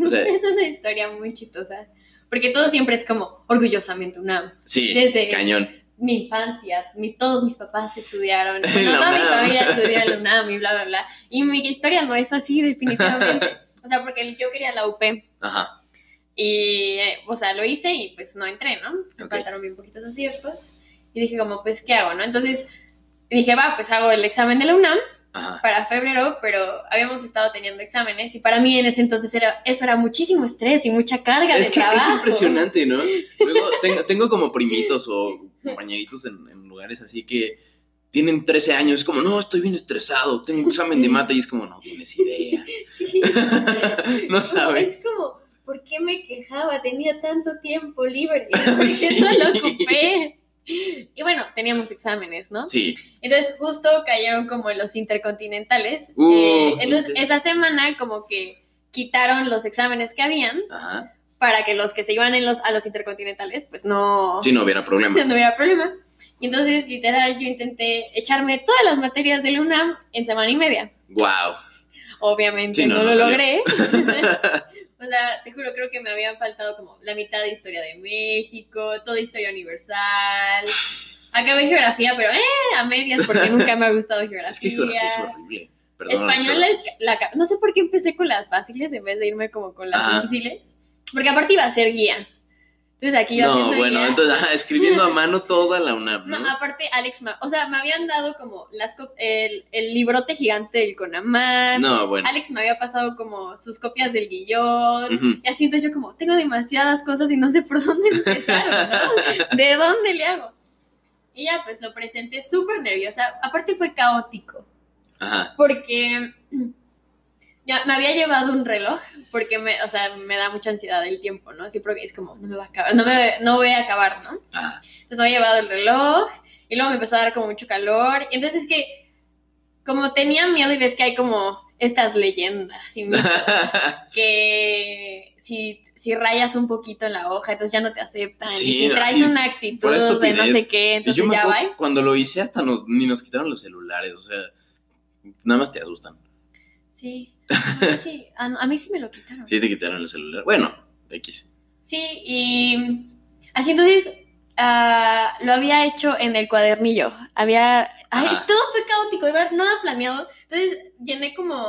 Speaker 1: O sea-
Speaker 3: [LAUGHS] es una historia muy chistosa. Porque todo siempre es como orgullosamente UNAM.
Speaker 1: Sí,
Speaker 3: Desde-
Speaker 1: cañón.
Speaker 3: Mi infancia, mi- todos mis
Speaker 1: [LAUGHS]
Speaker 3: papás estudiaron,
Speaker 1: En
Speaker 3: bueno,
Speaker 1: la
Speaker 3: toda mi
Speaker 1: UNAM.
Speaker 3: familia estudió
Speaker 1: [LAUGHS]
Speaker 3: en la UNAM y bla, bla, bla. Y mi historia no es
Speaker 1: [LAUGHS]
Speaker 3: así, definitivamente. O sea, porque yo quería la UP
Speaker 1: Ajá.
Speaker 3: y, eh, o sea, lo hice y pues no entré, ¿no? Me
Speaker 1: Ok.
Speaker 3: faltaron bien poquitos aciertos. Y dije, como, pues, ¿qué hago, no? Entonces dije, va, pues hago el examen de la UNAM.
Speaker 1: Ajá.
Speaker 3: para febrero, pero habíamos estado teniendo exámenes y para mí en ese entonces era, eso era muchísimo estrés y mucha carga
Speaker 1: Es
Speaker 3: de
Speaker 1: que es
Speaker 3: trabajo.
Speaker 1: impresionante, ¿no? Luego tengo, tengo como primitos o compañeritos en, en lugares así que tienen 13 años, es como, no, estoy bien estresado, tengo un examen de mate y es como, no tienes idea.
Speaker 3: [LAUGHS]
Speaker 1: [LAUGHS]
Speaker 3: Sí.
Speaker 1: no [LAUGHS]
Speaker 3: Es
Speaker 1: sabes.
Speaker 3: como, ¿por qué me quejaba? Tenía tanto tiempo libre. ¿Por
Speaker 1: [LAUGHS]
Speaker 3: qué [LAUGHS]
Speaker 1: Sí.
Speaker 3: no lo ocupé? Y bueno, teníamos exámenes, ¿no?
Speaker 1: Sí,
Speaker 3: Entonces justo cayeron como los intercontinentales.
Speaker 1: Uh,
Speaker 3: Eh, entonces
Speaker 1: inter-
Speaker 3: esa semana como que quitaron los exámenes que habían
Speaker 1: ajá.
Speaker 3: para que los que se iban en los, a los intercontinentales, pues no,
Speaker 1: Si no hubiera problema.
Speaker 3: [LAUGHS] no hubiera problema. Y entonces, literal, yo intenté echarme todas las materias del UNAM en semana y media.
Speaker 1: Wow.
Speaker 3: Obviamente
Speaker 1: Sí, no,
Speaker 3: no,
Speaker 1: no
Speaker 3: lo
Speaker 1: salió. [LAUGHS]
Speaker 3: logré. [LAUGHS] o sea, te juro, creo que me habían faltado como la mitad de historia de México, toda historia universal. Acabé geografía, pero eh, a medias porque nunca me ha gustado
Speaker 1: [LAUGHS]
Speaker 3: geografía.
Speaker 1: Es que geografía es horrible. Perdón.
Speaker 3: Español es la ca- no sé por qué empecé con las fáciles en vez de irme como con las
Speaker 1: Ajá.
Speaker 3: difíciles, porque aparte iba a ser guía. Entonces aquí yo
Speaker 1: No,
Speaker 3: haciendo
Speaker 1: bueno,
Speaker 3: guía-
Speaker 1: entonces, ajá, escribiendo a mano toda la UNAM,
Speaker 3: [LAUGHS] No,
Speaker 1: ¿no?
Speaker 3: aparte Alex, ma- o sea, me habían dado como las cop- el, el librote gigante del Conamar.
Speaker 1: No,
Speaker 3: [LAUGHS]
Speaker 1: bueno.
Speaker 3: Alex me había pasado como sus copias del guillón.
Speaker 1: Ujú.
Speaker 3: Y así entonces yo como, tengo demasiadas cosas y no sé por dónde empezar, ¿no? ¿De dónde le hago? Y ya, pues lo presenté súper nerviosa. Aparte fue caótico,
Speaker 1: Ajá.
Speaker 3: porque ya me había llevado un reloj, porque me, o sea, me da mucha ansiedad el tiempo, ¿no? Siempre es como, no me va a acabar, no, me, no voy a acabar, ¿no?
Speaker 1: ajá.
Speaker 3: Entonces me había llevado el reloj y luego me empezó a dar como mucho calor. Y entonces es que, como tenía miedo y ves que hay como estas leyendas
Speaker 1: [LAUGHS]
Speaker 3: y mitos que si, si rayas un poquito en la hoja, entonces ya no te aceptan.
Speaker 1: Sí,
Speaker 3: y si traes
Speaker 1: y
Speaker 3: una
Speaker 1: por la
Speaker 3: actitud de no
Speaker 1: estupidez.
Speaker 3: sé
Speaker 1: Y
Speaker 3: qué,
Speaker 1: yo
Speaker 3: entonces
Speaker 1: me
Speaker 3: ya
Speaker 1: acuerdo
Speaker 3: va.
Speaker 1: cuando lo hice hasta nos, ni nos quitaron los celulares, o sea, nada más te asustan.
Speaker 3: Sí. A mí sí, a, a mí sí me lo quitaron. Sí,
Speaker 1: Sí te quitaron el celular. Bueno, X.
Speaker 3: y así entonces ah, lo había hecho en el cuadernillo. Había. ay,
Speaker 1: Ajá.
Speaker 3: todo fue caótico, de verdad, nada planeado. Entonces llené como.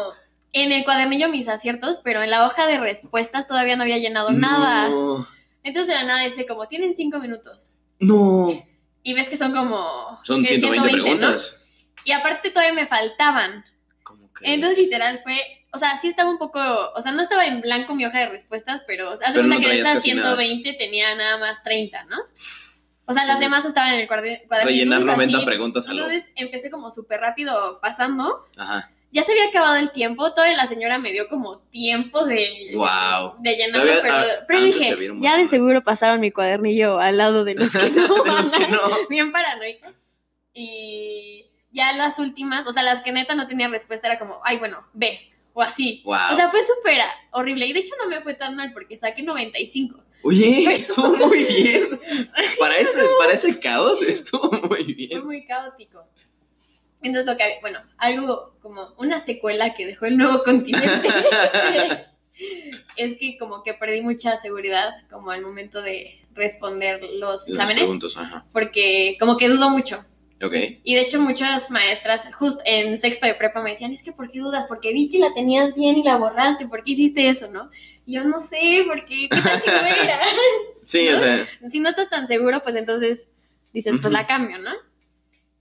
Speaker 3: En el cuadernillo mis aciertos, pero en la hoja de respuestas todavía no había llenado nada.
Speaker 1: No,
Speaker 3: Entonces de la nada dice como, tienen cinco minutos.
Speaker 1: no.
Speaker 3: Y ves que son como...
Speaker 1: Son
Speaker 3: que
Speaker 1: 120
Speaker 3: ¿no?
Speaker 1: preguntas.
Speaker 3: Y aparte todavía me faltaban.
Speaker 1: ¿Cómo que
Speaker 3: Entonces
Speaker 1: es?
Speaker 3: literal fue... O sea, sí estaba un poco... O sea, no estaba en blanco mi hoja de respuestas, pero... O sea, haz de
Speaker 1: Pero no
Speaker 3: cuenta que de
Speaker 1: traías
Speaker 3: esas
Speaker 1: casi nada.
Speaker 3: 120 tenía nada más 30, ¿no? O sea, las
Speaker 1: Entonces,
Speaker 3: demás estaban en el cuadre- cuadernillo.
Speaker 1: Rellenar
Speaker 3: Entonces,
Speaker 1: 90
Speaker 3: así-
Speaker 1: preguntas a lo.
Speaker 3: Entonces empecé como súper rápido pasando.
Speaker 1: Ajá.
Speaker 3: Ya se había acabado el tiempo, todavía la señora me dio como tiempo de,
Speaker 1: Wow.
Speaker 3: de llenarlo,
Speaker 1: Todavía,
Speaker 3: pero,
Speaker 1: ah,
Speaker 3: pero
Speaker 1: antes
Speaker 3: dije,
Speaker 1: se vieron
Speaker 3: ya de
Speaker 1: más.
Speaker 3: seguro pasaron mi cuadernillo al lado
Speaker 1: [LAUGHS]
Speaker 3: de los que [LAUGHS] no
Speaker 1: De los que
Speaker 3: van a-
Speaker 1: no.
Speaker 3: [LAUGHS] bien paranoica. Y ya las últimas, o sea, las que neta no tenía respuesta, era como, ay, bueno, ve, o así.
Speaker 1: Wow.
Speaker 3: O sea, fue súper horrible. Y de hecho no me fue tan mal porque saqué 95.
Speaker 1: Oye,
Speaker 3: Pero-
Speaker 1: estuvo muy
Speaker 3: [LAUGHS]
Speaker 1: bien. Para ese, para ese caos estuvo muy
Speaker 3: Fue
Speaker 1: bien.
Speaker 3: muy caótico. Entonces lo que había, bueno, algo como una secuela que dejó el
Speaker 1: [LAUGHS]
Speaker 3: nuevo continente es que como que perdí mucha seguridad como al momento de responder los
Speaker 1: Las
Speaker 3: exámenes
Speaker 1: preguntas, ajá.
Speaker 3: porque como que dudo mucho.
Speaker 1: Ok.
Speaker 3: Y de hecho muchas maestras, justo en sexto de prepa, me decían, es que ¿por qué dudas? Porque vi que la tenías bien y la borraste, ¿por qué hiciste eso, no? Y yo no sé, porque qué tal si no era? [LAUGHS]
Speaker 1: Sí, o sea,
Speaker 3: si no Eh, estás tan seguro, pues entonces dices, pues
Speaker 1: Ujú.
Speaker 3: la cambio, ¿no?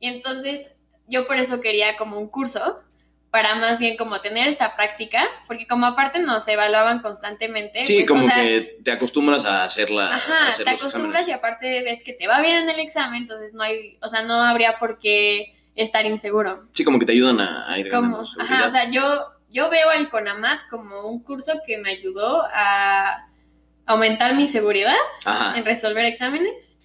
Speaker 3: Y entonces yo por eso quería como un curso para más bien como tener esta práctica, porque como aparte nos evaluaban constantemente.
Speaker 1: sí,
Speaker 3: pues, o
Speaker 1: como
Speaker 3: sea,
Speaker 1: que te acostumbras a hacerla. a
Speaker 3: Ajá,
Speaker 1: hacer
Speaker 3: te
Speaker 1: los
Speaker 3: acostumbras
Speaker 1: exámenes.
Speaker 3: y aparte ves que te va bien en el examen, entonces no hay, o sea, no habría por qué estar inseguro.
Speaker 1: Sí, como que te ayudan a, a ir
Speaker 3: Como,
Speaker 1: ganando seguridad.
Speaker 3: ajá, o sea, yo, yo veo al CONAMAT como un curso que me ayudó a aumentar mi seguridad
Speaker 1: Ajá.
Speaker 3: en resolver exámenes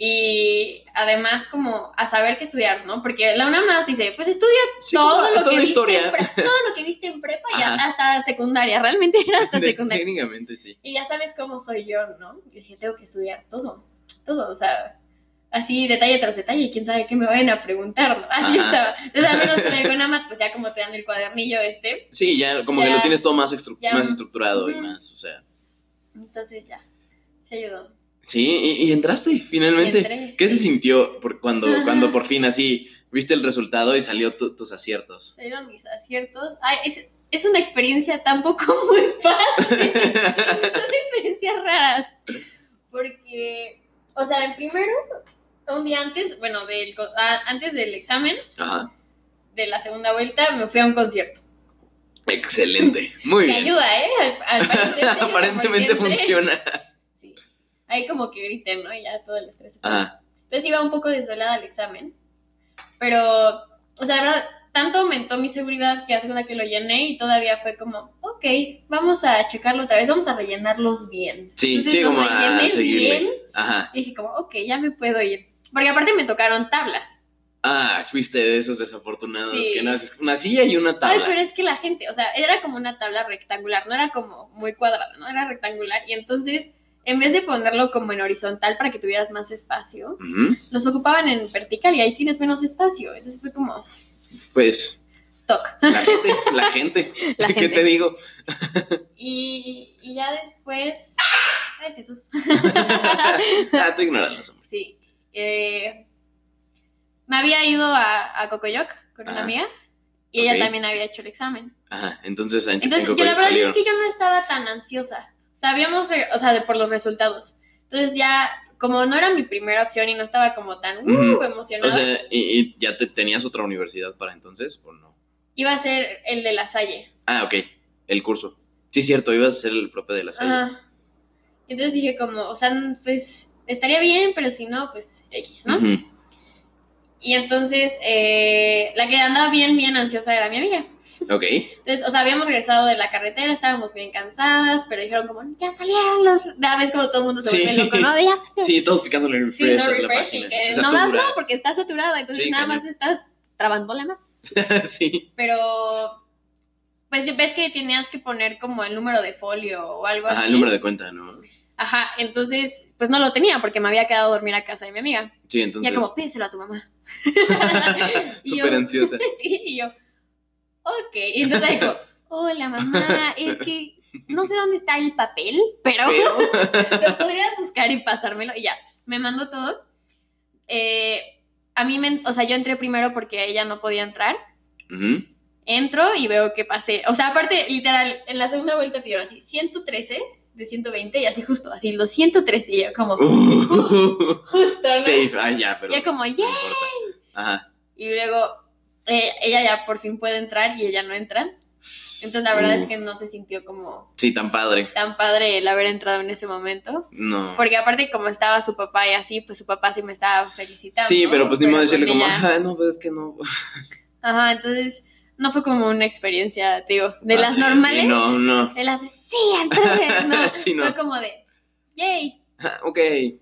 Speaker 3: y además como a saber qué estudiar, ¿no? Porque la UNAM nada más dice, pues estudia
Speaker 1: Sí,
Speaker 3: todo,
Speaker 1: como-
Speaker 3: lo que
Speaker 1: toda
Speaker 3: viste
Speaker 1: historia.
Speaker 3: en pre- todo lo que viste en prepa y
Speaker 1: Ajá.
Speaker 3: hasta secundaria, realmente era hasta
Speaker 1: De-
Speaker 3: secundaria.
Speaker 1: técnicamente sí.
Speaker 3: Y ya sabes cómo soy yo, ¿no? Y dije, tengo que estudiar todo, todo, o sea, así detalle tras detalle, quién sabe qué me vayan a preguntar, ¿no? Así
Speaker 1: Ajá.
Speaker 3: estaba. Entonces,
Speaker 1: [LAUGHS]
Speaker 3: al menos con el CONAMAT, pues ya como te dan el cuadernillo este,
Speaker 1: Sí, ya como que
Speaker 3: Ya.
Speaker 1: lo tienes todo más, estru-
Speaker 3: Ya.
Speaker 1: más estructurado y
Speaker 3: Ujú.
Speaker 1: más, o sea.
Speaker 3: entonces ya, se ayudó.
Speaker 1: Sí, y, y entraste finalmente.
Speaker 3: Entré.
Speaker 1: ¿Qué se sintió por cuando,
Speaker 3: Ajá.
Speaker 1: cuando por fin así viste el resultado y salió tu- tus aciertos?
Speaker 3: [LAUGHS] Salieron mis aciertos. Ay, es, es una experiencia tampoco [LAUGHS] muy fácil. Son experiencias raras. Porque, o sea, en primero, un día antes, bueno, del, co- a- antes del examen,
Speaker 1: Ajá.
Speaker 3: de la segunda vuelta, me fui a un concierto.
Speaker 1: Excelente. Muy [LAUGHS]
Speaker 3: Que
Speaker 1: bien.
Speaker 3: ayuda, ¿eh? Al, al parecer, sí,
Speaker 1: Aparentemente
Speaker 3: porque-
Speaker 1: funciona.
Speaker 3: Sí. Ahí como que grité, ¿no? Y ya todo el estrés.
Speaker 1: Ajá.
Speaker 3: Entonces iba un poco desvelada al examen. Pero, o sea, de verdad, tanto aumentó mi seguridad que hace una que lo llené y todavía fue como, ok, vamos a checarlo otra vez, vamos a rellenarlos bien.
Speaker 1: Sí,
Speaker 3: Entonces,
Speaker 1: sí,
Speaker 3: lo
Speaker 1: como a
Speaker 3: rellené
Speaker 1: seguirle.
Speaker 3: bien,
Speaker 1: Ajá.
Speaker 3: y dije como, ok, ya me puedo ir. Porque aparte me tocaron tablas.
Speaker 1: Ah, fuiste de esos desafortunados
Speaker 3: Sí.
Speaker 1: que naces con una silla y una
Speaker 3: Ay,
Speaker 1: tabla.
Speaker 3: pero es que la gente, o sea, era como una tabla rectangular, no era como muy cuadrada, no era rectangular. Y entonces, en vez de ponerlo como en horizontal para que tuvieras más espacio,
Speaker 1: Ujú,
Speaker 3: los ocupaban en vertical y ahí tienes menos espacio. Entonces fue como,
Speaker 1: Pues
Speaker 3: toc.
Speaker 1: la gente, la gente.
Speaker 3: [LAUGHS] La
Speaker 1: ¿Qué
Speaker 3: gente.
Speaker 1: te
Speaker 3: [LAUGHS]
Speaker 1: digo?
Speaker 3: Y, y ya después. Ay, Jesús. [LAUGHS]
Speaker 1: Ah, tú ignorando, hombre.
Speaker 3: sí. eh, me había ido a, a Cocoyoc con una
Speaker 1: Ajá.
Speaker 3: amiga y ella
Speaker 1: Ok.
Speaker 3: también había hecho el examen.
Speaker 1: Ajá, entonces Sancho
Speaker 3: Entonces, yo la verdad es que yo no estaba tan ansiosa. O sea, habíamos, re- o sea, de por los resultados. Entonces ya, como no era mi primera opción y no estaba como tan uh,
Speaker 1: Ujú.
Speaker 3: emocionada,
Speaker 1: Mm, O sea, ¿y, y ya te, tenías otra universidad para entonces o no?
Speaker 3: iba a ser el de la Salle.
Speaker 1: Ah, ok, el curso. Sí, cierto, ibas a ser el propio de la serie.
Speaker 3: Ajá. Entonces dije como, o sea, n- pues estaría bien, pero si no, pues X, ¿no?
Speaker 1: Ujú.
Speaker 3: Y entonces eh, la que andaba bien, bien ansiosa era mi amiga.
Speaker 1: Ok,
Speaker 3: Entonces, o sea, habíamos regresado de la carretera, estábamos bien cansadas, pero dijeron como, ya salieron los... Ya ves como todo el mundo se
Speaker 1: Sí.
Speaker 3: vuelve loco, ¿no? De ya salieron.
Speaker 1: sí, todos picándole
Speaker 3: Sí,
Speaker 1: refresh
Speaker 3: no
Speaker 1: a la
Speaker 3: refreshing.
Speaker 1: página.
Speaker 3: eh,
Speaker 1: Se
Speaker 3: no más no,
Speaker 1: satura.
Speaker 3: porque está saturada, entonces
Speaker 1: Sí,
Speaker 3: nada
Speaker 1: cañón.
Speaker 3: más estás trabándola más.
Speaker 1: [LAUGHS] sí,
Speaker 3: Pero, pues yo- ves que tenías que poner como el número de folio o algo
Speaker 1: ajá,
Speaker 3: así.
Speaker 1: el número de cuenta, ¿no?
Speaker 3: Ajá, entonces, pues no lo tenía porque me había quedado a dormir a casa de mi amiga.
Speaker 1: Sí,
Speaker 3: Y
Speaker 1: entonces.
Speaker 3: Ya como, pídeselo a
Speaker 1: [LAUGHS]
Speaker 3: tu mamá. Y yo-
Speaker 1: Súper ansiosa.
Speaker 3: [LAUGHS] Sí, y yo, ok. Y entonces dijo, hola mamá, es que no sé dónde está el papel, pero
Speaker 1: Pero-
Speaker 3: lo podrías buscar y pasármelo. Y ya, me mandó todo. Eh, a mí, me, o sea, yo entré primero porque ella no podía entrar.
Speaker 1: Ujú.
Speaker 3: Entro y veo que pasé. O sea, aparte, literal, en la segunda vuelta pidieron así, 113 de 120 y así justo, así los 113 y yo como,
Speaker 1: Uh, [LAUGHS]
Speaker 3: justo, ¿no?
Speaker 1: safe, ah, ya, pero.
Speaker 3: Ya
Speaker 1: no
Speaker 3: como, yeah.
Speaker 1: importa. Ajá.
Speaker 3: Y luego eh, ella ya por fin puede entrar y ella no entra. Entonces la verdad
Speaker 1: Uh,
Speaker 3: es que no se sintió como
Speaker 1: Sí, tan padre.
Speaker 3: tan padre el haber entrado en ese momento.
Speaker 1: No.
Speaker 3: Porque aparte como estaba su papá y así, pues su papá sí me estaba felicitando.
Speaker 1: Sí, pero pues ni modo de decirle como,
Speaker 3: ella-
Speaker 1: ajá, no, pues es que no.
Speaker 3: Ajá, entonces no fue como una experiencia, te digo, de las
Speaker 1: Ah, Sí,
Speaker 3: normales.
Speaker 1: no, no.
Speaker 3: De las de, sí, entré.
Speaker 1: [LAUGHS]
Speaker 3: No,
Speaker 1: Sí, no.
Speaker 3: Fue como de, yay.
Speaker 1: Ah, Ok,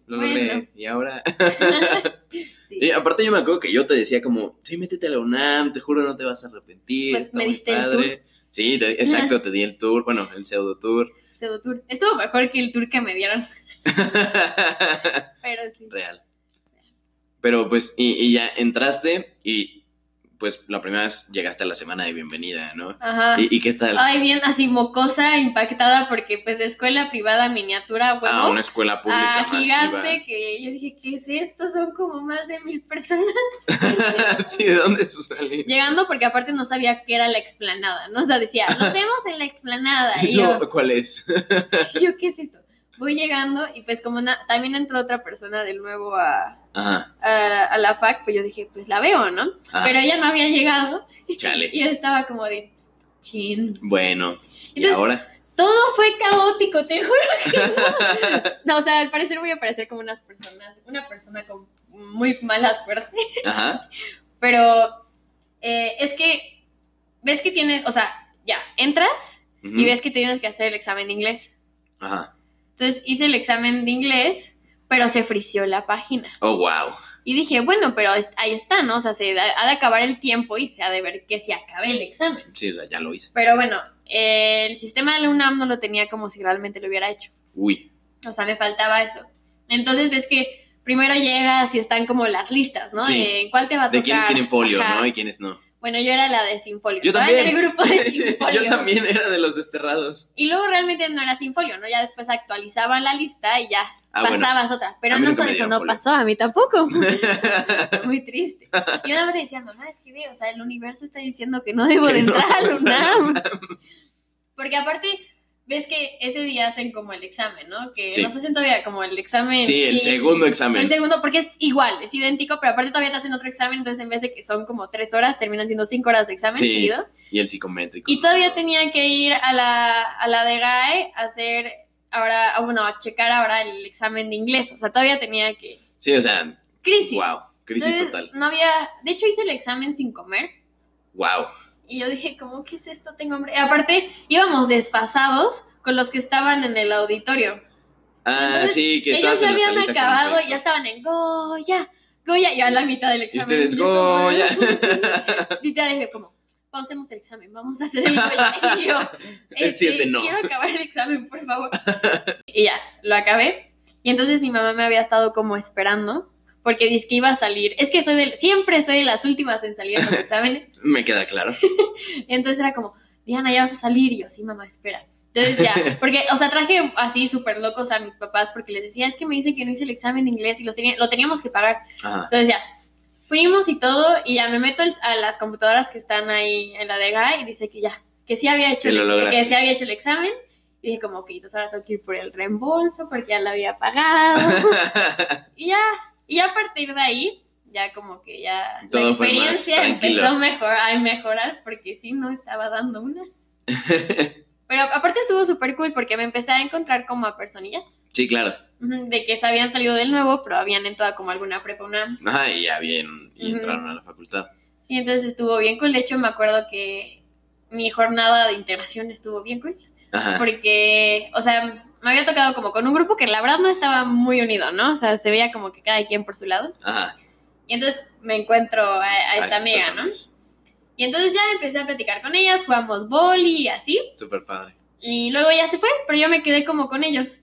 Speaker 1: lo
Speaker 3: Bueno.
Speaker 1: logré. Y ahora.
Speaker 3: [LAUGHS] Sí.
Speaker 1: Y aparte, yo me acuerdo que yo te decía, como, sí, métete a la UNAM, te juro, no te vas a arrepentir.
Speaker 3: Pues,
Speaker 1: está
Speaker 3: me
Speaker 1: muy
Speaker 3: diste el
Speaker 1: padre. Sí, te- exacto, te di el tour, bueno, el pseudo tour. [LAUGHS]
Speaker 3: Pseudo tour. Estuvo mejor que el tour que me dieron, pero sí.
Speaker 1: Real. Pero pues, y, y ya entraste y pues la primera vez llegaste a la semana de bienvenida, ¿no?
Speaker 3: Ajá.
Speaker 1: ¿Y, y qué tal?
Speaker 3: Ay, bien, así mocosa, impactada, porque pues de escuela privada miniatura, huevo.
Speaker 1: a Ah, una escuela pública
Speaker 3: a gigante,
Speaker 1: masiva.
Speaker 3: que yo dije, ¿qué es esto? Son como más de mil personas.
Speaker 1: [LAUGHS] sí, ¿de dónde salí?
Speaker 3: Llegando porque aparte no sabía qué era la explanada, ¿no? O sea, decía,
Speaker 1: [LAUGHS]
Speaker 3: nos vemos en la explanada. Y yo,
Speaker 1: Yo, ¿Cuál es? [LAUGHS]
Speaker 3: yo, ¿qué es esto? Voy llegando y pues como na- también entró otra persona del nuevo a,
Speaker 1: Ajá,
Speaker 3: a- a la fac, pues yo dije, pues la veo, ¿no?
Speaker 1: Ah.
Speaker 3: Pero ella no había llegado
Speaker 1: chale.
Speaker 3: y yo estaba como de, chin.
Speaker 1: Bueno, ¿y
Speaker 3: Entonces- [LAUGHS]
Speaker 1: ahora?
Speaker 3: Todo fue caótico, te juro que no. No, o sea, al parecer voy a parecer como unas personas, una persona con muy mala suerte.
Speaker 1: [LAUGHS] Ajá,
Speaker 3: Pero eh, es que ves que tienes, o sea, ya, entras
Speaker 1: ujú,
Speaker 3: y ves que tienes que hacer el examen de inglés.
Speaker 1: Ajá,
Speaker 3: Entonces hice el examen de inglés, pero se frició la página.
Speaker 1: oh, wow.
Speaker 3: Y dije, bueno, pero es- ahí está, ¿no? O sea, se da- ha de acabar el tiempo y se ha de ver que se acabe el examen.
Speaker 1: Sí, o sea, ya lo hice.
Speaker 3: Pero bueno, eh, el sistema de la UNAM no lo tenía como si realmente lo hubiera hecho.
Speaker 1: Uy,
Speaker 3: O sea, me faltaba eso. Entonces ves que primero llegas y están como las listas, ¿no?
Speaker 1: Sí.
Speaker 3: De ¿En cuál te va a
Speaker 1: de
Speaker 3: tocar?
Speaker 1: quiénes tienen folio,
Speaker 3: Ajá.
Speaker 1: ¿no? Y quiénes
Speaker 3: [LAUGHS]
Speaker 1: no.
Speaker 3: Bueno, yo era la de sin folio.
Speaker 1: Yo
Speaker 3: Estaba
Speaker 1: también.
Speaker 3: en el grupo
Speaker 1: [LAUGHS]
Speaker 3: de sin Pues, folio.
Speaker 1: Yo también era de los desterrados.
Speaker 3: Y luego realmente no era sin folio, ¿no? Ya después actualizaban la lista y ya
Speaker 1: Ah,
Speaker 3: pasabas otra. Pero
Speaker 1: A mí
Speaker 3: no
Speaker 1: nunca
Speaker 3: solo
Speaker 1: me
Speaker 3: eso
Speaker 1: dieron
Speaker 3: no
Speaker 1: folio.
Speaker 3: pasó, a
Speaker 1: [LAUGHS]
Speaker 3: mí tampoco.
Speaker 1: bueno.
Speaker 3: Fue Muy triste. Yo nada más le decía, mamá, es que ve, o sea, el universo está diciendo que no debo de
Speaker 1: Que no
Speaker 3: entrar al
Speaker 1: debo entrar a la
Speaker 3: UNAM. Porque aparte, ves que ese día hacen como el examen, ¿no? Que
Speaker 1: Sí.
Speaker 3: nos hacen todavía como el examen.
Speaker 1: Sí, el
Speaker 3: y-
Speaker 1: segundo examen.
Speaker 3: El segundo, porque es igual, es idéntico, pero aparte todavía te hacen otro examen, entonces en vez de que son como tres horas, terminan siendo cinco horas de examen
Speaker 1: Sí.
Speaker 3: seguido.
Speaker 1: Y el psicométrico.
Speaker 3: Y todavía tenía que ir a la, a la de GAE a hacer ahora, ah, bueno, a checar ahora el examen de inglés, o sea, todavía tenía que...
Speaker 1: Sí, o sea,
Speaker 3: Crisis.
Speaker 1: wow, crisis
Speaker 3: Entonces,
Speaker 1: total.
Speaker 3: No había, de hecho hice el examen sin comer
Speaker 1: Wow.
Speaker 3: y yo dije, ¿cómo que es esto? Tengo hambre. Aparte, íbamos desfasados con los que estaban en el auditorio.
Speaker 1: Ah,
Speaker 3: Entonces,
Speaker 1: sí, que
Speaker 3: Ellos
Speaker 1: estabas
Speaker 3: ya
Speaker 1: en la
Speaker 3: habían
Speaker 1: salita con
Speaker 3: acabado
Speaker 1: el
Speaker 3: y ya estaban en Goya, Goya, yo a la mitad del
Speaker 1: Y
Speaker 3: examen.
Speaker 1: ustedes,
Speaker 3: yo como,
Speaker 1: Goya.
Speaker 3: [LAUGHS] Literal, yo como, pausemos el examen, vamos a hacer el Goya. Y yo,
Speaker 1: Sí, [LAUGHS] es de no.
Speaker 3: quiero acabar el examen, por favor. y ya, lo acabé. Y entonces mi mamá me había estado como esperando, porque dice que iba a salir. Es que soy del, siempre soy de las últimas en salir a
Speaker 1: [LAUGHS]
Speaker 3: los exámenes.
Speaker 1: Me queda claro.
Speaker 3: Entonces era como, Diana, ya vas a salir. Y yo, sí, mamá, espera. Entonces ya, porque, o sea, traje así súper locos a mis papás, porque les decía, es que me dice que no hice el examen de inglés y los tenía- lo teníamos que pagar.
Speaker 1: Ajá.
Speaker 3: Entonces ya, fuimos y todo, y ya me meto al- a las computadoras que están ahí en la de GA y dice que ya, que sí había hecho,
Speaker 1: Que
Speaker 3: el,
Speaker 1: lo
Speaker 3: ex-
Speaker 1: lograste.
Speaker 3: que sí había hecho el examen. Y dije como, ok, entonces ahora tengo que ir por el reembolso porque ya lo
Speaker 1: [LAUGHS]
Speaker 3: había pagado. [LAUGHS] y ya, y ya a partir de ahí, ya como que ya la
Speaker 1: Todo fue más
Speaker 3: experiencia
Speaker 1: tranquilo.
Speaker 3: empezó mejor, a mejorar porque sí, no estaba
Speaker 1: [LAUGHS]
Speaker 3: dando una. Pero aparte estuvo súper cool porque me empecé a encontrar como a personillas
Speaker 1: sí, claro.
Speaker 3: ujú, de que se habían salido del nuevo, pero habían entrado como alguna prepa, una
Speaker 1: Ajá, y ya bien. Y
Speaker 3: Ujú.
Speaker 1: entraron a la facultad.
Speaker 3: Sí, entonces estuvo bien cool. De hecho, me acuerdo que mi jornada de integración estuvo bien cool.
Speaker 1: Ajá.
Speaker 3: Porque, o sea, me había tocado como con un grupo que la verdad no estaba muy unido, ¿no? O sea, se veía como que cada quien por su lado.
Speaker 1: Ajá.
Speaker 3: Y entonces me encuentro a, a
Speaker 1: A
Speaker 3: esta
Speaker 1: Ah, estas
Speaker 3: amiga,
Speaker 1: personas.
Speaker 3: ¿no? Y entonces ya empecé a platicar con ellas, jugamos boli y así.
Speaker 1: Súper padre.
Speaker 3: Y luego ya se fue, pero yo me quedé como con ellos.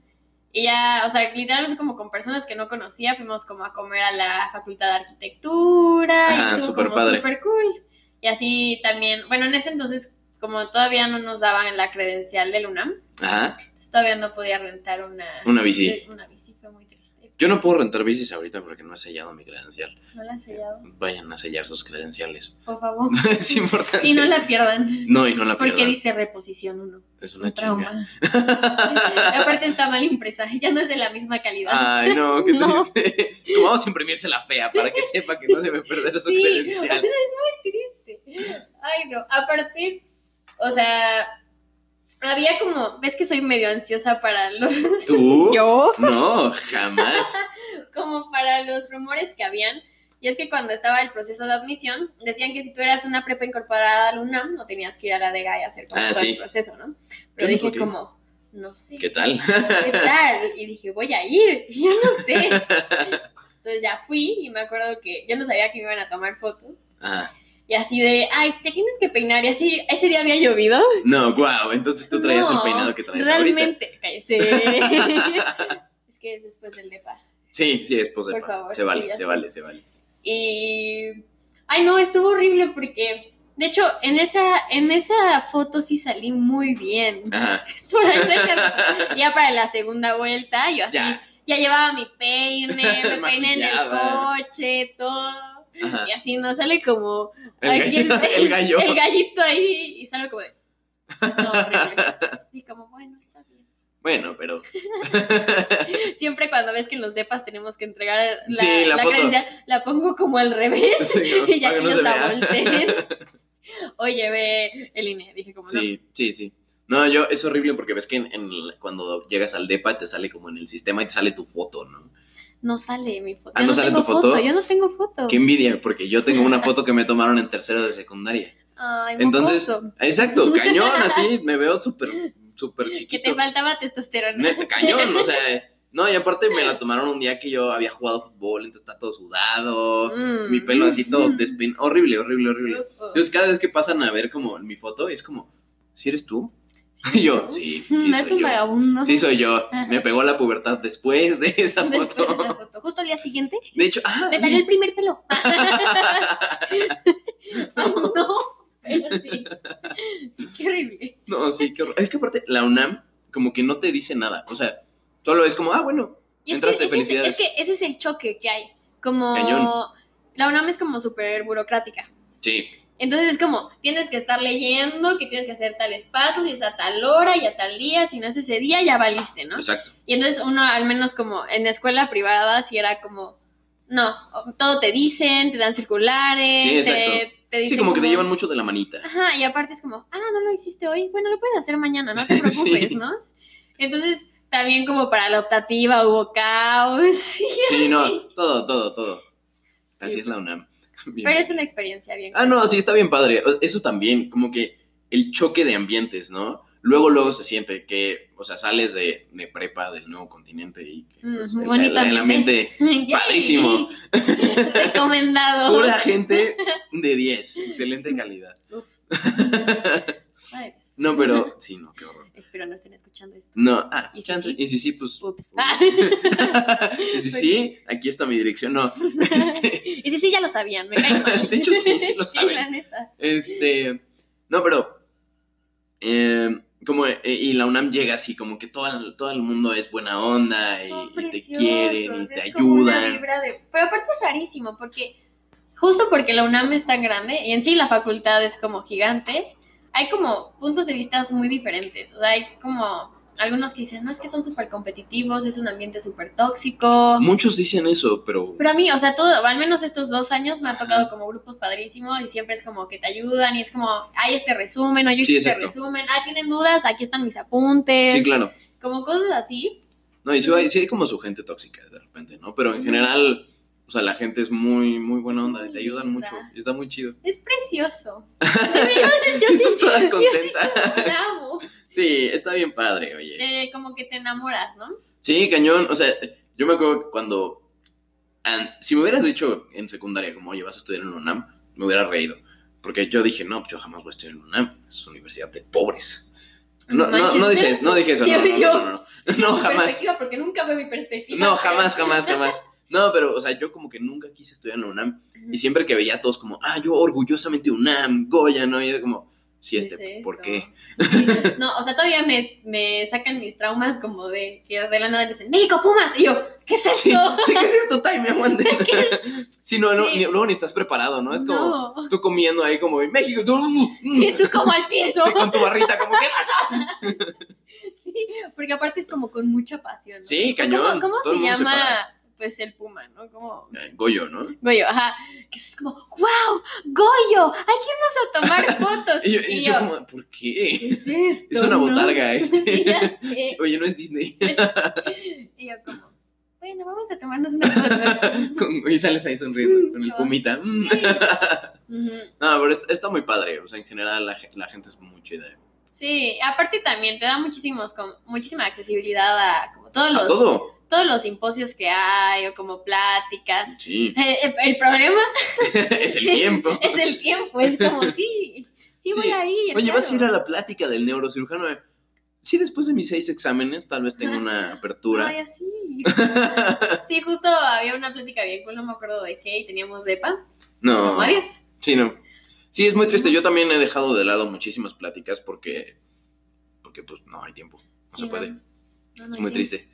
Speaker 3: Y ya, o sea, literalmente como con personas que no conocía, fuimos como a comer a la facultad de arquitectura.
Speaker 1: Ajá,
Speaker 3: y estuvo
Speaker 1: súper
Speaker 3: como
Speaker 1: padre.
Speaker 3: súper cool. Y así también, bueno, en ese entonces, como todavía no nos daban la credencial del UNAM,
Speaker 1: Ajá.
Speaker 3: entonces todavía no podía rentar una,
Speaker 1: Una bici.
Speaker 3: eh, una bici, fue muy triste.
Speaker 1: Yo no puedo rentar bicis ahorita porque no he sellado mi credencial.
Speaker 3: No la he sellado,
Speaker 1: Vayan a sellar sus credenciales. [LAUGHS]
Speaker 3: por favor.
Speaker 1: es importante.
Speaker 3: y no la pierdan,
Speaker 1: No, y no la
Speaker 3: [LAUGHS] porque
Speaker 1: pierdan. Ah,
Speaker 3: dice reposición 1.
Speaker 1: Es
Speaker 3: Un
Speaker 1: una chinga.
Speaker 3: trauma. Y [LAUGHS] Aparte está mal impresa, ya no es de la misma calidad.
Speaker 1: Ay,
Speaker 3: [LAUGHS]
Speaker 1: no, qué
Speaker 3: No.
Speaker 1: triste. Es como vamos a imprimirse la fea para que sepa que no debe perder su
Speaker 3: [LAUGHS]
Speaker 1: credencial.
Speaker 3: es muy triste. Ay, no. Aparte, o sea, había como, ves que soy medio ansiosa para los...
Speaker 1: ¿Tú?
Speaker 3: ¿Yo?
Speaker 1: No, jamás.
Speaker 3: [LAUGHS] Como para los rumores que habían. Y es que cuando estaba el proceso de admisión, decían que si tú eras una prepa incorporada al UNAM, no tenías que ir a la DEGA y hacer como
Speaker 1: Ah,
Speaker 3: todo
Speaker 1: sí.
Speaker 3: el proceso, ¿no?
Speaker 1: Yo no
Speaker 3: Pero dije
Speaker 1: toqué.
Speaker 3: como, no sé.
Speaker 1: ¿Qué tal?
Speaker 3: ¿qué tal? Y dije, voy a ir, [LAUGHS] yo no
Speaker 1: [LAUGHS]
Speaker 3: sé. Entonces ya fui y me acuerdo que yo no sabía que me iban a tomar fotos.
Speaker 1: Ajá.
Speaker 3: Y así de, ay, te tienes que peinar. Y así, ese día había llovido.
Speaker 1: No, guau, entonces tú traías el
Speaker 3: No,
Speaker 1: peinado que traes ahorita.
Speaker 3: Realmente, cállese. [LAUGHS] es que es después del depa.
Speaker 1: Sí, sí, esposa.
Speaker 3: Por favor,
Speaker 1: se vale,
Speaker 3: sí, ya
Speaker 1: se
Speaker 3: sé.
Speaker 1: vale, se vale.
Speaker 3: Y, ay, no, estuvo horrible porque, de hecho, en esa, en esa foto sí salí muy bien. [LAUGHS]
Speaker 1: Ajá.
Speaker 3: Por ahí déjalo. [LAUGHS] ya para la segunda vuelta, yo así, ya,
Speaker 1: Ya.
Speaker 3: llevaba mi
Speaker 1: [LAUGHS]
Speaker 3: peine, me peiné en el
Speaker 1: Maquillada.
Speaker 3: coche, todo.
Speaker 1: Ajá.
Speaker 3: Y así no sale como
Speaker 1: El
Speaker 3: Ay,
Speaker 1: gallo.
Speaker 3: ¿quién-
Speaker 1: El gallo.
Speaker 3: El gallito ahí y salgo como de. No, horrible. y como, bueno, está bien.
Speaker 1: Bueno,
Speaker 3: [LAUGHS]
Speaker 1: pero.
Speaker 3: Siempre cuando ves que en los depas tenemos que entregar la,
Speaker 1: Sí, la
Speaker 3: la
Speaker 1: foto.
Speaker 3: credencial, la pongo como al revés
Speaker 1: [LAUGHS] Sí, no,
Speaker 3: y ya
Speaker 1: para que
Speaker 3: que
Speaker 1: no
Speaker 3: ellos
Speaker 1: se
Speaker 3: la
Speaker 1: vea. [LAUGHS]
Speaker 3: volteen. O llevé el INE. Dije como,
Speaker 1: Sí, sí, sí. No, yo, es horrible porque ves que en, en el- cuando llegas al DEPA te sale como en el sistema y te sale tu foto, ¿no?
Speaker 3: no, no sale mi foto.
Speaker 1: Ah,
Speaker 3: yo
Speaker 1: ¿no
Speaker 3: no,
Speaker 1: sale
Speaker 3: tengo
Speaker 1: tu foto?
Speaker 3: Yo no tengo foto.
Speaker 1: Qué envidia, porque yo tengo una foto que me tomaron en tercero de secundaria.
Speaker 3: Ay,
Speaker 1: Entonces-
Speaker 3: mocoso.
Speaker 1: Exacto, cañón, así, me veo súper, súper
Speaker 3: Que te
Speaker 1: chiquito.
Speaker 3: faltaba testosterona.
Speaker 1: Neta, cañón, o sea, no, y aparte me la tomaron un día que yo había jugado fútbol, entonces está todo sudado,
Speaker 3: Mm.
Speaker 1: mi pelo así todo
Speaker 3: Mm.
Speaker 1: despin, horrible, horrible, horrible.
Speaker 3: Ufo.
Speaker 1: Entonces cada vez que pasan a ver como mi foto, es como, ¿sí eres tú? Y [LAUGHS] yo, sí, sí
Speaker 3: Mm, es
Speaker 1: soy
Speaker 3: un
Speaker 1: yo.
Speaker 3: vagabundo.
Speaker 1: Sí soy yo, me pegó la pubertad después de esa
Speaker 3: [LAUGHS] Después de esa
Speaker 1: foto.
Speaker 3: foto. Justo al día siguiente
Speaker 1: De hecho, ah,
Speaker 3: Me salió el primer
Speaker 1: [LAUGHS]
Speaker 3: pelo. Ay, no. Pero sí. Qué horrible.
Speaker 1: no, sí, qué horror. Es que aparte la UNAM como que no te dice nada, o sea, solo es como, ah, bueno,
Speaker 3: Y es
Speaker 1: Entraste,
Speaker 3: que ese es-
Speaker 1: felicidades.
Speaker 3: Es, que ese es el choque que hay. Como.
Speaker 1: Cañón.
Speaker 3: La UNAM es como súper burocrática.
Speaker 1: sí,
Speaker 3: Entonces es como, tienes que estar leyendo, que tienes que hacer tales pasos, y es a tal hora y a tal día, si no es ese día, ya valiste, ¿no?
Speaker 1: exacto.
Speaker 3: Y entonces uno, al menos como en la escuela privada, si era como, no, todo te dicen, te dan circulares,
Speaker 1: Sí, exacto.
Speaker 3: te, te dicen
Speaker 1: Sí, como que te
Speaker 3: cómo-
Speaker 1: llevan mucho de la
Speaker 3: [LAUGHS]
Speaker 1: manita.
Speaker 3: Ajá, y aparte es como, ah, no lo hiciste hoy, bueno, lo puedes hacer mañana,
Speaker 1: [LAUGHS]
Speaker 3: no te preocupes,
Speaker 1: Sí.
Speaker 3: ¿no? Entonces, también como para la optativa hubo caos. [LAUGHS]
Speaker 1: Sí, no, todo, todo, todo. Así
Speaker 3: Sí.
Speaker 1: es la UNAM. [LAUGHS] Bien.
Speaker 3: Pero es una experiencia bien. [LAUGHS]
Speaker 1: Ah, no, sí, está bien padre. O- Eso también, como que el choque de ambientes, ¿no? luego, luego se siente que, o sea, sales de, de prepa del nuevo continente y que, pues,
Speaker 3: Mm,
Speaker 1: el-
Speaker 3: bonito
Speaker 1: el, el ambiente
Speaker 3: [LAUGHS] Yay.
Speaker 1: Padrísimo.
Speaker 3: [LAUGHS] Recomendado.
Speaker 1: Pura gente de 10, excelente calidad.
Speaker 3: Ay,
Speaker 1: No,
Speaker 3: [LAUGHS]
Speaker 1: pero sí, no, qué horror.
Speaker 3: Espero no estén escuchando esto.
Speaker 1: No, ah,
Speaker 3: ¿Y si
Speaker 1: chance,
Speaker 3: sí? Ah.
Speaker 1: y
Speaker 3: Pues
Speaker 1: si sí,
Speaker 3: [LAUGHS]
Speaker 1: pues. [LAUGHS]
Speaker 3: Ups.
Speaker 1: y
Speaker 3: [LAUGHS]
Speaker 1: si sí, aquí está mi dirección. No, este,
Speaker 3: Y sí, sí, ya lo sabían, me
Speaker 1: [LAUGHS]
Speaker 3: cae mal.
Speaker 1: De hecho, sí,
Speaker 3: [LAUGHS]
Speaker 1: sí lo saben.
Speaker 3: la neta.
Speaker 1: este. No, pero. eh, como, eh, y la UNAM llega así, como que todo, el- todo el mundo es buena onda y,
Speaker 3: Son
Speaker 1: y te
Speaker 3: preciosos,
Speaker 1: quieren y
Speaker 3: es
Speaker 1: te
Speaker 3: como una
Speaker 1: ayudan.
Speaker 3: vibra de- Pero aparte es rarísimo, porque justo porque la UNAM es tan grande y en sí la facultad es como gigante, hay como puntos de vista muy diferentes. O sea, hay como algunos que dicen, no, es que son súper competitivos, es un ambiente súper tóxico.
Speaker 1: Muchos dicen eso, pero.
Speaker 3: Pero a mí, o sea, todo, al menos estos dos años me han
Speaker 1: Ajá.
Speaker 3: tocado como grupos padrísimos y siempre es como que te ayudan y es como, hay este resumen, o yo hice
Speaker 1: Sí,
Speaker 3: este
Speaker 1: exacto.
Speaker 3: resumen, ah, tienen dudas, aquí están mis apuntes,
Speaker 1: Sí, claro.
Speaker 3: como cosas así.
Speaker 1: No, y sí hay, sí hay como su gente tóxica de repente, ¿no? Pero en general, o sea, la gente es muy, muy buena
Speaker 3: Es
Speaker 1: onda y
Speaker 3: muy
Speaker 1: te ayudan
Speaker 3: linda.
Speaker 1: mucho. y está muy chido.
Speaker 3: Es
Speaker 1: [LAUGHS]
Speaker 3: precioso. yo sí,
Speaker 1: Estás toda
Speaker 3: yo sí
Speaker 1: [LAUGHS] contenta.
Speaker 3: como la amo.
Speaker 1: Sí, está bien padre, oye.
Speaker 3: Eh, como que te enamoras, ¿no?
Speaker 1: Sí, cañón. O sea, yo me acuerdo que cuando. an- si me hubieras dicho en secundaria, como, oye, vas a estudiar en la UNAM, me hubiera reído. Porque yo dije, no, pues yo jamás voy a estudiar en la UNAM. Es una universidad de pobres. No, no, no,
Speaker 3: Manchester.
Speaker 1: dices, no dije eso. No, no,
Speaker 3: Yo-
Speaker 1: no, [LAUGHS] no, no. No,
Speaker 3: Mi
Speaker 1: jamás.
Speaker 3: perspectiva, porque nunca fue mi perspectiva.
Speaker 1: No, jamás, jamás, jamás. No, pero, o sea, yo como que nunca quise estudiar en la UNAM. Y siempre que veía a todos como, ah, yo orgullosamente UNAM, Goya, ¿no? Y era como, sí,
Speaker 3: ¿Qué
Speaker 1: este,
Speaker 3: es
Speaker 1: ¿por
Speaker 3: esto?
Speaker 1: qué?
Speaker 3: Sí. No, o sea, todavía me, me sacan mis traumas como de que de la nada me dicen, México Pumas. Y yo, ¿qué
Speaker 1: [LAUGHS]
Speaker 3: es
Speaker 1: Sí,
Speaker 3: esto?
Speaker 1: sí, ¿qué es esto?
Speaker 3: [LAUGHS]
Speaker 1: Time, aguante. [LAUGHS] Sí, no, no
Speaker 3: Sí.
Speaker 1: ni- luego ni estás preparado, ¿no? Es como,
Speaker 3: No. [LAUGHS]
Speaker 1: tú comiendo ahí como, México, tú, mm, mm".
Speaker 3: Y tú como al
Speaker 1: Sí,
Speaker 3: piezo.
Speaker 1: con tu barrita, como, ¿qué pasa?
Speaker 3: Sí, porque aparte es como con mucha pasión. ¿no?
Speaker 1: Sí,
Speaker 3: ¿Cómo-
Speaker 1: cañón.
Speaker 3: ¿Cómo,
Speaker 1: todo el
Speaker 3: se
Speaker 1: mundo
Speaker 3: llama?
Speaker 1: para.
Speaker 3: Pues el puma, ¿no? Como
Speaker 1: Eh, Goyo, ¿no?
Speaker 3: Goyo, ajá. Que es como, wow, Goyo, hay que irnos a tomar fotos.
Speaker 1: [LAUGHS] Y yo, y yo como, ¿por
Speaker 3: ¿qué
Speaker 1: qué?
Speaker 3: es esto?
Speaker 1: Es una
Speaker 3: no?" [LAUGHS]
Speaker 1: botarga este.
Speaker 3: Sí, ya
Speaker 1: [LAUGHS]
Speaker 3: sé.
Speaker 1: Oye, no es Disney. [LAUGHS]
Speaker 3: Y yo como, bueno, vamos a tomarnos una
Speaker 1: [LAUGHS]
Speaker 3: foto.
Speaker 1: Con- y sales ahí sonriendo con el
Speaker 3: No.
Speaker 1: pumita. mm.
Speaker 3: Sí. Ujú.
Speaker 1: No, pero está, está muy padre. O sea, en general la, ge- la gente es muy chida.
Speaker 3: Sí, aparte también te da muchísimos, com- muchísima accesibilidad a como todos
Speaker 1: A
Speaker 3: los,
Speaker 1: todo.
Speaker 3: todos los simposios que hay o como pláticas. [LAUGHS]
Speaker 1: Sí. [LAUGHS]
Speaker 3: Eh, eh, El, problema
Speaker 1: es el tiempo.
Speaker 3: [LAUGHS] es el tiempo, es como, sí, sí,
Speaker 1: Sí.
Speaker 3: voy a ir.
Speaker 1: Oye, vas a ir
Speaker 3: claro.
Speaker 1: a la plática del neurocirujano. eh. Sí, después de mis seis exámenes, tal vez tenga una apertura. [LAUGHS]
Speaker 3: Ay, así. Sí, justo había una plática bien cool, no me acuerdo de qué, y teníamos depa.
Speaker 1: No.
Speaker 3: como varias.
Speaker 1: Sí, no. Sí, es muy triste. Yo también he dejado de lado muchísimas pláticas porque, porque pues no hay tiempo. No
Speaker 3: Sí,
Speaker 1: se puede.
Speaker 3: No, no
Speaker 1: Es
Speaker 3: hay
Speaker 1: muy
Speaker 3: tiempo.
Speaker 1: triste.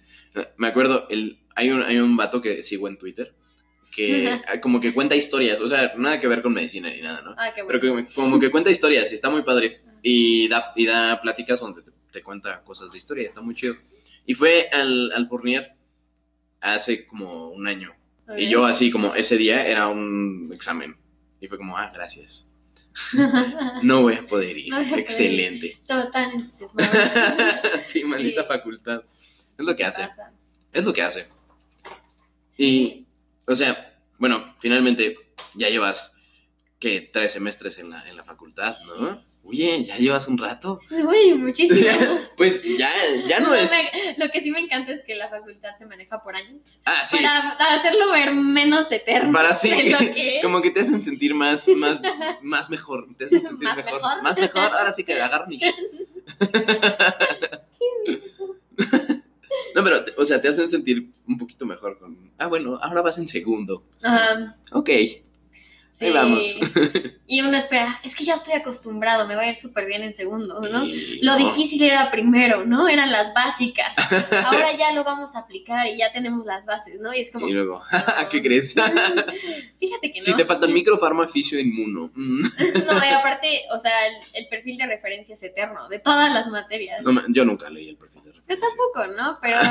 Speaker 1: Me acuerdo, el, hay, un, hay un vato que sigo en Twitter
Speaker 3: [LAUGHS]
Speaker 1: que ah, como que cuenta historias. O sea, nada que ver con medicina ni nada, ¿no?
Speaker 3: Ah, qué
Speaker 1: Pero
Speaker 3: bueno.
Speaker 1: que, como que cuenta historias y está muy padre.
Speaker 3: Ajá.
Speaker 1: Y da, y da pláticas donde te, te cuenta cosas de historia, está muy chido. Y fue al, al Fournier hace como un año.
Speaker 3: A ver.
Speaker 1: Y yo así como ese día era un examen. Y fue como, ah,
Speaker 3: [LAUGHS]
Speaker 1: gracias. No voy a poder ir.
Speaker 3: No voy a poder ir.
Speaker 1: Excelente.
Speaker 3: Estaba tan entusiasmada.
Speaker 1: sí, maldita
Speaker 3: Sí.
Speaker 1: facultad. Es [LAUGHS] lo que hace.
Speaker 3: Pasa.
Speaker 1: Es lo que hace.
Speaker 3: Sí.
Speaker 1: O sea, bueno, finalmente ya llevas, que Tres semestres en la, en la facultad, ¿no? Oye, ya llevas un rato.
Speaker 3: Uy, muchísimo.
Speaker 1: [LAUGHS] Pues ya, ya no es.
Speaker 3: me- lo que sí me encanta es que la facultad se maneja por años.
Speaker 1: Ah, sí.
Speaker 3: Para hacerlo ver menos eterno.
Speaker 1: Para sí.
Speaker 3: de lo que es.
Speaker 1: Como que te hacen sentir más, más, más mejor. Te
Speaker 3: [LAUGHS]
Speaker 1: hacen sentir
Speaker 3: Más
Speaker 1: mejor.
Speaker 3: mejor.
Speaker 1: Más mejor. Ahora sí que agarro
Speaker 3: [LAUGHS]
Speaker 1: mi. No, pero, te- o sea, te hacen sentir un poquito mejor con. Ah, bueno, ahora vas en segundo.
Speaker 3: Ajá.
Speaker 1: Ok. Ahí vamos. [LAUGHS]
Speaker 3: Y uno espera, es que ya estoy acostumbrado, me va a ir súper bien en segundo, ¿no?
Speaker 1: Y-
Speaker 3: Lo
Speaker 1: no.
Speaker 3: difícil era primero, ¿no? Eran
Speaker 1: [LAUGHS]
Speaker 3: las básicas. Ahora ya lo vamos a aplicar y ya tenemos las bases, ¿no? Y es como,
Speaker 1: Y luego, "Ah, [LAUGHS]
Speaker 3: no.
Speaker 1: ¿qué crees?
Speaker 3: [LAUGHS] fíjate que
Speaker 1: [LAUGHS]
Speaker 3: no.
Speaker 1: Si te faltan microfarmaficio inmuno. Mm.
Speaker 3: No, y aparte, o sea, el, el perfil de referencia es eterno, de todas las materias.
Speaker 1: No, ma- yo nunca leí el perfil de
Speaker 3: Yo
Speaker 1: referencia.
Speaker 3: tampoco, ¿no? Pero, o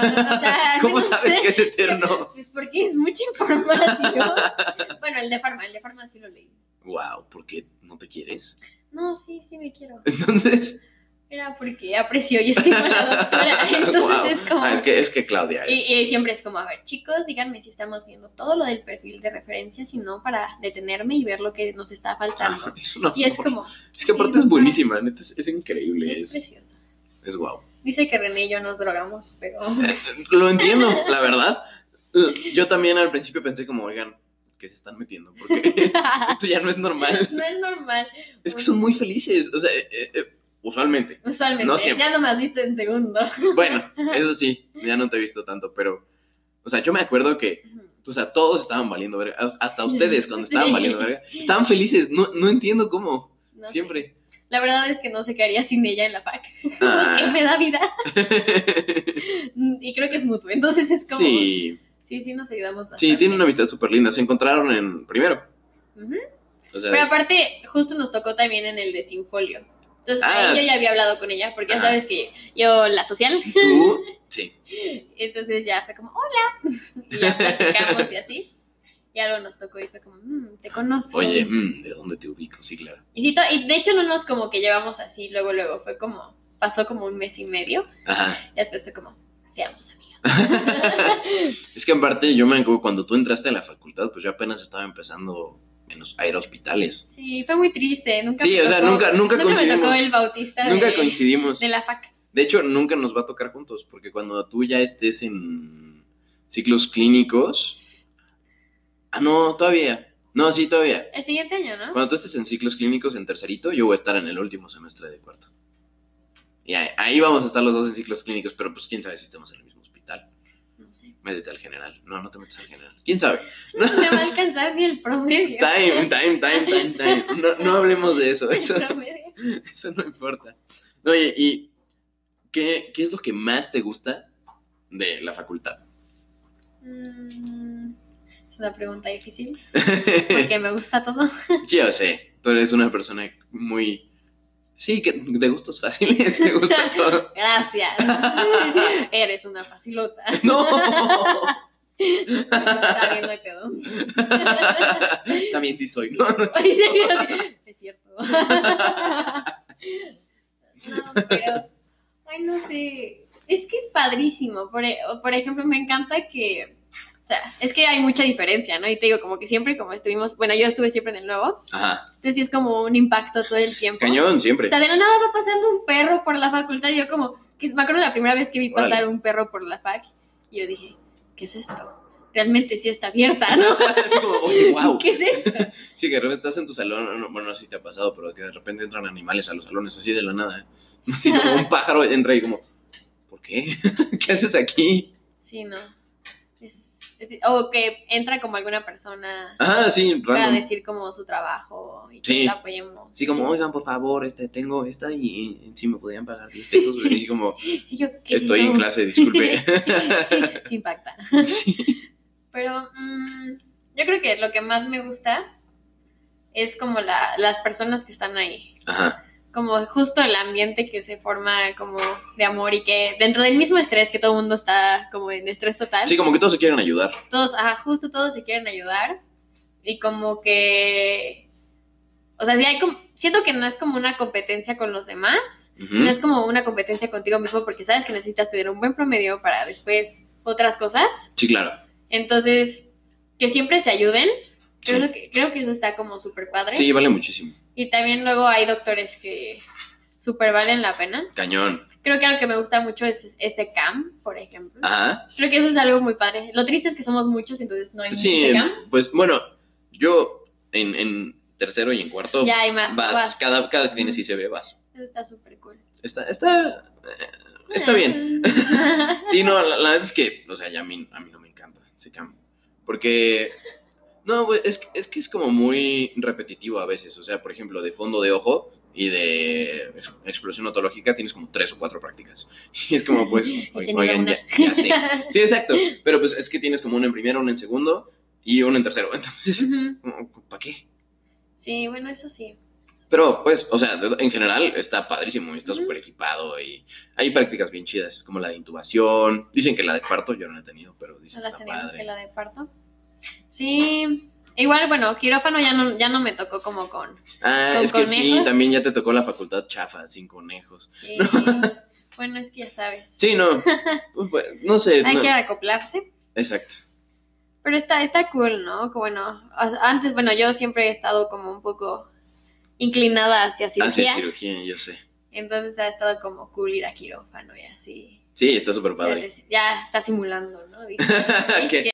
Speaker 3: sea...
Speaker 1: [LAUGHS]
Speaker 3: al
Speaker 1: ¿Cómo
Speaker 3: menos
Speaker 1: sabes
Speaker 3: sé- [LAUGHS]
Speaker 1: que es eterno?
Speaker 3: Pues porque es mucha información. [LAUGHS] Bueno, el de farma, el de farma sí lo leí.
Speaker 1: Wow, ¿por qué no te quieres? [LAUGHS]
Speaker 3: No, sí, sí me quiero.
Speaker 1: Entonces.
Speaker 3: Era porque aprecio y estimo a
Speaker 1: [LAUGHS]
Speaker 3: la doctora. [LAUGHS] Entonces
Speaker 1: Guau.
Speaker 3: es como.
Speaker 1: Ah, es que, es que Claudia
Speaker 3: y,
Speaker 1: es.
Speaker 3: y siempre es como, a ver, chicos, díganme si estamos viendo todo lo del perfil de referencia, sino para detenerme y ver lo que nos está faltando.
Speaker 1: Ah, es una
Speaker 3: Y es
Speaker 1: flor.
Speaker 3: como,
Speaker 1: Es que aparte es buenísima, neta, es, es increíble.
Speaker 3: es
Speaker 1: Es,
Speaker 3: preciosa.
Speaker 1: Es guau.
Speaker 3: Dice que René y yo nos drogamos,
Speaker 1: [LAUGHS]
Speaker 3: pero. [LAUGHS]
Speaker 1: Lo entiendo, la verdad. Yo también al principio pensé como, oigan, ¿qué se están metiendo? Porque [LAUGHS] esto ya no es normal.
Speaker 3: No es normal.
Speaker 1: Es que son muy felices, o sea, eh, eh, usualmente.
Speaker 3: Usualmente.
Speaker 1: No siempre.
Speaker 3: ya no me has visto en segundo. [LAUGHS]
Speaker 1: Bueno, eso sí, ya no te he visto tanto, pero, o sea, yo me acuerdo que, o sea, todos estaban valiendo verga, hasta ustedes cuando estaban
Speaker 3: Sí.
Speaker 1: valiendo verga, estaban felices, no, no entiendo cómo,
Speaker 3: No sé. [LAUGHS]
Speaker 1: siempre.
Speaker 3: La verdad es que no sé qué haría sin ella en la fac. [LAUGHS] Porque
Speaker 1: Ah.
Speaker 3: me da vida. y creo que es mutuo. Entonces es como.
Speaker 1: Sí,
Speaker 3: sí, sí nos ayudamos bastante.
Speaker 1: sí, tienen una amistad súper linda, se encontraron en primero.
Speaker 3: Ujú.
Speaker 1: O
Speaker 3: Pero
Speaker 1: sea,
Speaker 3: aparte, justo nos tocó también en el de Sinfolio. Entonces,
Speaker 1: Ah.
Speaker 3: ahí yo ya había hablado con ella, porque ya
Speaker 1: Ajá.
Speaker 3: sabes que yo la social.
Speaker 1: tú, sí,
Speaker 3: [LAUGHS] Entonces ya fue como, hola. [LAUGHS] Y ya platicamos y así. Y algo nos tocó y fue como, "Mm, te conozco.
Speaker 1: oye, mm, ¿de dónde te ubico? Sí, claro.
Speaker 3: Y, sí, to- y de hecho no nos como que llevamos así, luego, luego. Fue como, pasó como un mes y medio.
Speaker 1: Ajá. [LAUGHS]
Speaker 3: Y después fue como, seamos amigas.
Speaker 1: Es que en parte yo me acuerdo cuando tú entraste a la facultad, pues yo apenas estaba empezando en los aerohospitales.
Speaker 3: Sí, fue muy triste. Nunca
Speaker 1: Sí,
Speaker 3: me
Speaker 1: o sea,
Speaker 3: tocó-
Speaker 1: nunca- nunca
Speaker 3: me tocó
Speaker 1: coincidimos.
Speaker 3: el bautista
Speaker 1: Nunca
Speaker 3: de,
Speaker 1: coincidimos.
Speaker 3: de la fac.
Speaker 1: De hecho, nunca nos va a tocar juntos, porque cuando tú ya estés en ciclos clínicos. Ah, no, todavía. No, sí, todavía.
Speaker 3: El siguiente año, ¿no?
Speaker 1: Cuando tú estés en ciclos clínicos en tercerito, yo voy a estar en el último semestre de cuarto. Y ahí, ahí vamos a estar los dos en ciclos clínicos, pero pues quién sabe si estamos en el mismo hospital.
Speaker 3: No sé. [LAUGHS]
Speaker 1: Métete al general. No, no te metas al general. ¿Quién sabe?
Speaker 3: No me va a alcanzar ni el promedio.
Speaker 1: Time, time, time, time, time. No, no hablemos de eso.
Speaker 3: [LAUGHS] El
Speaker 1: Eso,
Speaker 3: promedio.
Speaker 1: eso no importa. Oye, ¿y qué, qué es lo que más te gusta de la facultad?
Speaker 3: Mm, Es una pregunta
Speaker 1: [LAUGHS]
Speaker 3: difícil, porque me gusta todo.
Speaker 1: Yo sé, tú eres una persona muy... Sí, que de gustos fáciles, te gusta todo. [LAUGHS]
Speaker 3: Gracias. Eres una facilota.
Speaker 1: ¡No!
Speaker 3: Está bien, no hay pedo.
Speaker 1: También sí soy. No, no sé.
Speaker 3: es cierto. [LAUGHS] No, pero. Ay, no sé. Es que es padrísimo. Por, e- por ejemplo, me encanta que. O sea, es que hay mucha diferencia, ¿no? Y te digo, como que siempre, como estuvimos. Bueno, yo estuve siempre en el nuevo.
Speaker 1: Ajá,
Speaker 3: Entonces sí es como un impacto todo el tiempo.
Speaker 1: cañón
Speaker 3: O
Speaker 1: siempre.
Speaker 3: sea, de la nada va pasando un perro por la facultad. Y yo, como. Que me acuerdo la primera vez que vi pasar
Speaker 1: Órale.
Speaker 3: un perro por la fac. Y yo dije, ¿qué es esto? Realmente sí está abierta, ¿no?
Speaker 1: [LAUGHS] Así como,
Speaker 3: [LAUGHS]
Speaker 1: oye, wow.
Speaker 3: ¿Qué es esto?
Speaker 1: Sí, que de repente estás en tu salón, no, bueno, no sé si te ha pasado, pero que de repente entran animales a los salones así de la nada. ¿eh? [LAUGHS] Así como un pájaro entra y como, ¿por qué? [LAUGHS] ¿Qué haces aquí?
Speaker 3: Sí, no. Es, es- o que entra como alguna persona
Speaker 1: Ah, sí,
Speaker 3: para
Speaker 1: random.
Speaker 3: decir como su trabajo y
Speaker 1: Sí.
Speaker 3: que la apoyemos.
Speaker 1: Sí, como, oigan, por favor, este, tengo esta y, y si me podían pagar 10 pesos. Y como,
Speaker 3: Y yo, [LAUGHS] ¿qué es
Speaker 1: estoy
Speaker 3: esto?
Speaker 1: en clase, disculpe.
Speaker 3: [LAUGHS]
Speaker 1: [LAUGHS]
Speaker 3: sí, sí impacta.
Speaker 1: Sí.
Speaker 3: Pero mm, yo creo que lo que más me gusta es como la, las personas que están ahí.
Speaker 1: Ajá,
Speaker 3: Como justo el ambiente que se forma como de amor y que dentro del mismo estrés que todo el mundo está como en estrés total.
Speaker 1: sí, como que todos se quieren ayudar.
Speaker 3: todos, ajá, justo todos se quieren ayudar y como que, o sea, sí hay como, siento que no es como una competencia con los demás,
Speaker 1: Ujú.
Speaker 3: no es como una competencia contigo mismo porque sabes que necesitas tener un buen promedio para después otras cosas,
Speaker 1: Sí, claro.
Speaker 3: entonces, que siempre se ayuden,
Speaker 1: Sí.
Speaker 3: creo, que, creo que eso está como súper padre
Speaker 1: Sí, vale muchísimo.
Speaker 3: y también luego hay doctores que súper valen la pena,
Speaker 1: Cañón.
Speaker 3: creo que algo que me gusta mucho es ese CAM, por ejemplo,
Speaker 1: Ajá.
Speaker 3: creo que eso es algo muy padre, lo triste es que somos muchos, entonces no hay mucho
Speaker 1: Sí,
Speaker 3: ese CAM.
Speaker 1: pues bueno, yo en, en tercero y en cuarto
Speaker 3: Ya hay más.
Speaker 1: vas,
Speaker 3: vas.
Speaker 1: Cada, cada que tienes ICB vas.
Speaker 3: Eso está súper cool.
Speaker 1: Está, está, eh, está bien. Sí, Ah, no, la, la neta es que, o sea, ya a mí, a mí no me encanta ese cambio. Porque, no, güey, es, que- es que es como muy repetitivo a veces. O sea, por ejemplo, de fondo de ojo y de explosión otológica tienes como tres o cuatro prácticas. [LAUGHS] Y es como, pues,
Speaker 3: He
Speaker 1: oi-
Speaker 3: tenido
Speaker 1: oigan,
Speaker 3: una.
Speaker 1: ya, ya [LAUGHS] sé. Sí, exacto. Pero pues es que tienes como una en primero, una en segundo y una en tercero. [LAUGHS] Entonces,
Speaker 3: [LAUGHS] Ujú.
Speaker 1: ¿para Mm, qué?
Speaker 3: sí, bueno, eso sí.
Speaker 1: Pero pues, o sea, de- en general está padrísimo y está
Speaker 3: Ujú.
Speaker 1: súper equipado y hay prácticas bien chidas, como la de intubación. Dicen que la de parto, yo no la he tenido, pero dicen
Speaker 3: No
Speaker 1: que
Speaker 3: las
Speaker 1: está
Speaker 3: teníamos que
Speaker 1: padre.
Speaker 3: la de parto. Sí. Igual, bueno, quirófano ya no, ya no me tocó como con.
Speaker 1: Ah,
Speaker 3: ¿Con
Speaker 1: es que sí,
Speaker 3: conejos?
Speaker 1: también ya te tocó la facultad chafa, sin conejos. [LAUGHS]
Speaker 3: Sí. bueno, es que ya sabes.
Speaker 1: Sí,
Speaker 3: [LAUGHS]
Speaker 1: no, pues, bueno, no sé.
Speaker 3: Hay
Speaker 1: no-
Speaker 3: que acoplarse.
Speaker 1: Exacto.
Speaker 3: Pero está, está cool, ¿no? Que bueno, a- antes, bueno, yo siempre he estado como un poco inclinada hacia
Speaker 1: Hace
Speaker 3: cirugía.
Speaker 1: Ah, cirugía, yo sé.
Speaker 3: Entonces ha estado como cool ir a quirófano y así.
Speaker 1: Sí, está súper padre.
Speaker 3: Ya, ya está simulando, ¿no? Dice,
Speaker 1: [LAUGHS] ¿Qué?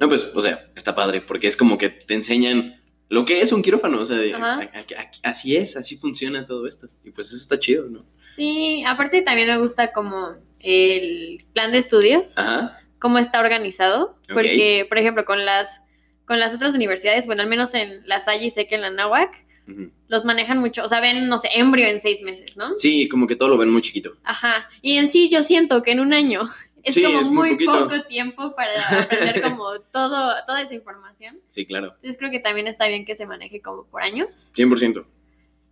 Speaker 1: No, pues, o sea, está padre porque es como que te enseñan lo que es un quirófano. O sea, de-
Speaker 3: Ajá.
Speaker 1: a- a- a- así es, así funciona todo esto. Y pues eso está chido, ¿no?
Speaker 3: Sí, aparte también me gusta como el plan de estudios,
Speaker 1: Ajá.
Speaker 3: cómo está organizado,
Speaker 1: Ok.
Speaker 3: porque, por ejemplo, con las, con las otras universidades, bueno, al menos en la Salle y sé que en la Nahuac,
Speaker 1: Ujú.
Speaker 3: los manejan mucho, o sea, ven, no sé, embryo en seis meses, ¿no?
Speaker 1: Sí, como que todo lo ven muy chiquito.
Speaker 3: Ajá, y en sí yo siento que en un año [LAUGHS] es
Speaker 1: Sí,
Speaker 3: como
Speaker 1: es muy
Speaker 3: muy,
Speaker 1: poquito.
Speaker 3: poco tiempo para aprender como todo, toda esa información.
Speaker 1: Sí, claro.
Speaker 3: Entonces creo que también está bien que se maneje como por años.
Speaker 1: 100%.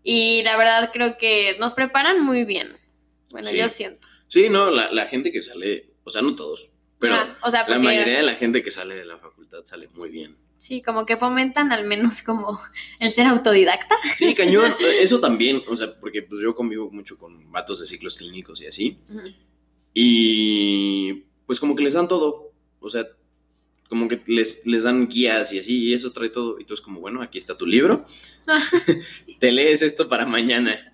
Speaker 3: Y la verdad creo que nos preparan muy bien. Bueno,
Speaker 1: Sí.
Speaker 3: yo siento.
Speaker 1: Sí, no, la, la gente que sale, o sea, no todos, pero
Speaker 3: Ajá, Ah, o sea,
Speaker 1: Ah, la
Speaker 3: porque-
Speaker 1: mayoría de la gente que sale de la facultad sale muy bien.
Speaker 3: Sí, como que fomentan al menos como el ser autodidacta.
Speaker 1: Sí, [LAUGHS] cañón, eso también, o sea, porque pues yo convivo mucho con vatos de ciclos clínicos y así, y pues como que les dan todo, o sea, como que les, les dan guías y así, y eso trae todo, y tú es como, bueno, aquí está tu
Speaker 3: [LAUGHS]
Speaker 1: libro, [LAUGHS] te lees esto para mañana.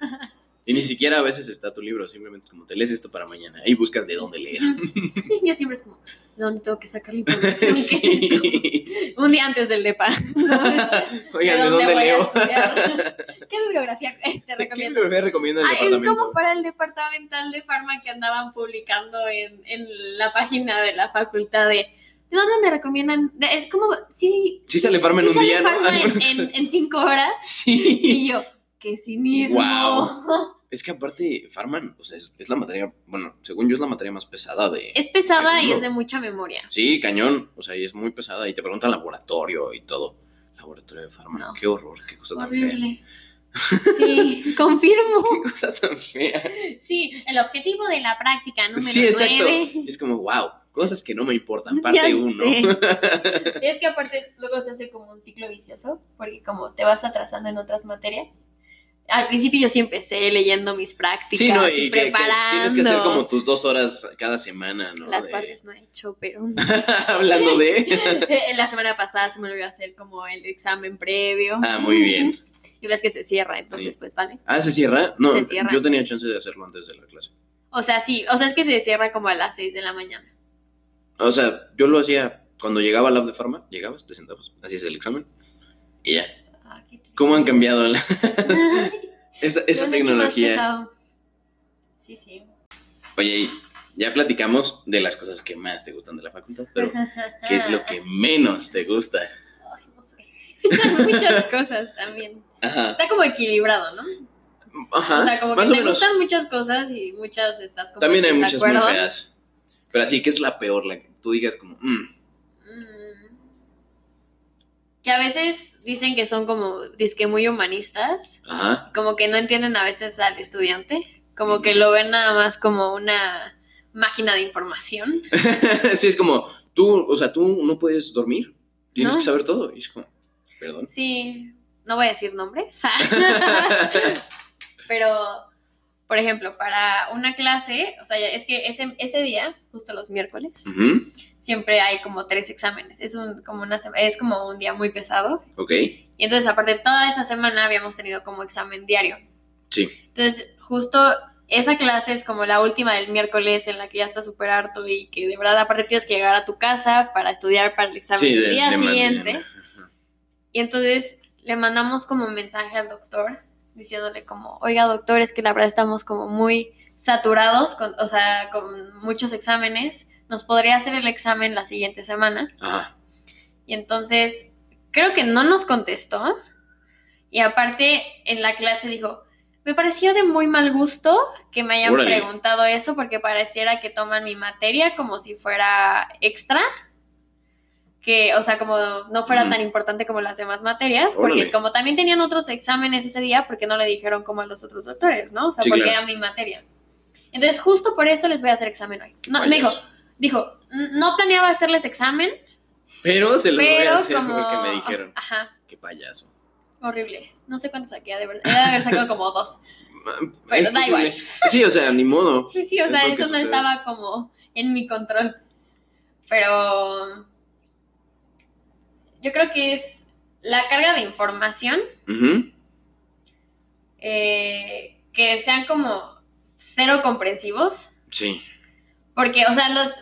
Speaker 1: Y ni siquiera a veces está tu libro, simplemente es como te lees esto para mañana y buscas de dónde leer.
Speaker 3: [LAUGHS] Yo siempre es como, ¿de dónde tengo
Speaker 1: [LAUGHS]
Speaker 3: que sacar la información? Mm, ¿Qué es esto?
Speaker 1: Sí.
Speaker 3: Un día antes del depa.
Speaker 1: [LAUGHS]
Speaker 3: [LAUGHS]
Speaker 1: Oigan, [LAUGHS] ¿de dónde
Speaker 3: voy a
Speaker 1: leo?
Speaker 3: estudiar? ¿Qué bibliografía te
Speaker 1: ¿Qué
Speaker 3: recomiendo?
Speaker 1: bibliografía recomienda el
Speaker 3: Ah, es
Speaker 1: departamento?
Speaker 3: como para el departamental de farma que andaban publicando en, en la página de la facultad de... ¿De dónde me recomiendan? De- es como, sí,
Speaker 1: Sí sale farma en
Speaker 3: sí
Speaker 1: un
Speaker 3: sale
Speaker 1: día, [LAUGHS] ¿no?
Speaker 3: farma
Speaker 1: Alguna
Speaker 3: en,
Speaker 1: cosa
Speaker 3: en-
Speaker 1: así.
Speaker 3: en cinco horas. [LAUGHS]
Speaker 1: Sí. [LAUGHS]
Speaker 3: Y yo, qué cinismo.
Speaker 1: Guau. Es que aparte, Farman, o sea, es, es la materia, bueno, según yo es la materia más pesada de...
Speaker 3: [LAUGHS] Es pesada y
Speaker 1: Seguro.
Speaker 3: es de mucha memoria.
Speaker 1: Sí, cañón, o sea, y es muy pesada y te preguntan laboratorio y todo. Laboratorio de Farman,
Speaker 3: No.
Speaker 1: qué horror, qué cosa tan fea. [LAUGHS]
Speaker 3: Horrible. Sí, confirmo.
Speaker 1: Qué cosa tan fea.
Speaker 3: Sí, el objetivo de la práctica número
Speaker 1: sí, exacto.
Speaker 3: nueve.
Speaker 1: Y es como, wow, cosas que no me importan, parte
Speaker 3: [LAUGHS] Ya
Speaker 1: uno.
Speaker 3: sé. Es que aparte luego se hace como un ciclo vicioso, porque como te vas atrasando en otras materias. Al principio yo sí empecé leyendo mis
Speaker 1: [LAUGHS]
Speaker 3: prácticas
Speaker 1: Sí, no,
Speaker 3: y
Speaker 1: y que- que,
Speaker 3: preparando.
Speaker 1: tienes que hacer como tus dos horas cada semana, ¿no?
Speaker 3: las
Speaker 1: De-
Speaker 3: cuales no he hecho, pero
Speaker 1: [LAUGHS] Hablando
Speaker 3: [LAUGHS]
Speaker 1: de...
Speaker 3: la semana pasada se me olvidó hacer como el examen previo.
Speaker 1: Ah, muy bien.
Speaker 3: [LAUGHS] Y ves que se cierra, entonces
Speaker 1: Sí.
Speaker 3: pues vale.
Speaker 1: Ah, ¿se cierra? No,
Speaker 3: Se cierra.
Speaker 1: yo tenía chance de hacerlo antes de la clase.
Speaker 3: O sea, sí, o sea, es que se cierra como a las 6 de la mañana.
Speaker 1: O sea, yo lo hacía cuando llegaba al lab de farma, llegabas, te sentabas, hacías el examen y ya.
Speaker 3: Ah, qué triste.
Speaker 1: ¿Cómo han
Speaker 3: [LAUGHS]
Speaker 1: cambiado la- [LAUGHS] esa, esa
Speaker 3: Lo han hecho
Speaker 1: tecnología?
Speaker 3: más pesado. Sí, sí.
Speaker 1: Oye, y ya platicamos de las cosas que más te gustan de la facultad, pero ¿qué
Speaker 3: [LAUGHS]
Speaker 1: es lo que menos te gusta?
Speaker 3: Ay, no sé. [LAUGHS] Muchas cosas también.
Speaker 1: Ajá,
Speaker 3: Está como equilibrado, ¿no?
Speaker 1: ajá,
Speaker 3: O sea, como que
Speaker 1: más
Speaker 3: te
Speaker 1: o menos.
Speaker 3: gustan muchas cosas y muchas estás como
Speaker 1: También hay
Speaker 3: en
Speaker 1: muchas muy
Speaker 3: desacuerdo.
Speaker 1: feas. Pero así que es la peor, la que tú digas como, mm,
Speaker 3: Mm. Que a veces dicen que son como disque muy humanistas,
Speaker 1: ajá, [LAUGHS]
Speaker 3: como que no entienden a veces al estudiante, como que lo ven nada más como una máquina de información.
Speaker 1: sí, es como, tú, o sea, tú no puedes dormir, tienes
Speaker 3: No.
Speaker 1: que saber todo, y es como,
Speaker 3: [LAUGHS]
Speaker 1: perdón.
Speaker 3: Sí, no voy a decir nombres, [LAUGHS] pero por ejemplo, para una clase, o sea, es que ese, ese día, justo los miércoles,
Speaker 1: Ujú,
Speaker 3: siempre hay como tres exámenes, es, un, como una, sema- es como un día muy pesado.
Speaker 1: ok,
Speaker 3: Y entonces, aparte, toda esa semana habíamos tenido como examen diario.
Speaker 1: sí.
Speaker 3: Entonces, justo esa clase es como la última del miércoles en la que ya estás súper harto y que de verdad, aparte, tienes que llegar a tu casa para estudiar para el examen del
Speaker 1: de-
Speaker 3: día
Speaker 1: de mañana.
Speaker 3: siguiente. Y entonces le mandamos como mensaje al doctor diciéndole como, oiga doctor, es que la verdad estamos como muy saturados, con, o sea, con muchos exámenes, nos podría hacer el examen la siguiente semana.
Speaker 1: Ajá.
Speaker 3: Y entonces creo que no nos contestó. Y aparte en la clase dijo, me pareció de muy mal gusto que me hayan
Speaker 1: Órale.
Speaker 3: preguntado eso porque pareciera que toman mi materia como si fuera extra. Que, o sea, como no fuera
Speaker 1: Mm.
Speaker 3: tan importante como las demás materias,
Speaker 1: Órale.
Speaker 3: porque como también tenían otros exámenes ese día, porque no le dijeron como a los otros doctores, ¿no? O sea,
Speaker 1: Sí,
Speaker 3: porque
Speaker 1: claro.
Speaker 3: era mi materia. Entonces, justo por eso les voy a hacer examen hoy.
Speaker 1: Qué
Speaker 3: No, me dijo,
Speaker 1: payaso.
Speaker 3: dijo, no planeaba hacerles examen,
Speaker 1: Pero se los voy
Speaker 3: pero
Speaker 1: a hacer
Speaker 3: como...
Speaker 1: porque me dijeron.
Speaker 3: Ajá,
Speaker 1: Qué payaso.
Speaker 3: horrible. No sé cuántos saqué, de verdad. Era de haber sacado
Speaker 1: [LAUGHS]
Speaker 3: como dos.
Speaker 1: Es
Speaker 3: da
Speaker 1: posible.
Speaker 3: igual.
Speaker 1: Sí, o sea, ni modo.
Speaker 3: Sí, sí, o
Speaker 1: Es
Speaker 3: sea,
Speaker 1: lo que
Speaker 3: eso no
Speaker 1: sucede.
Speaker 3: estaba como en mi control. Pero... Yo creo que es la carga de información
Speaker 1: Ujú.
Speaker 3: eh, que sean como cero comprensivos.
Speaker 1: Sí.
Speaker 3: Porque, o sea, los.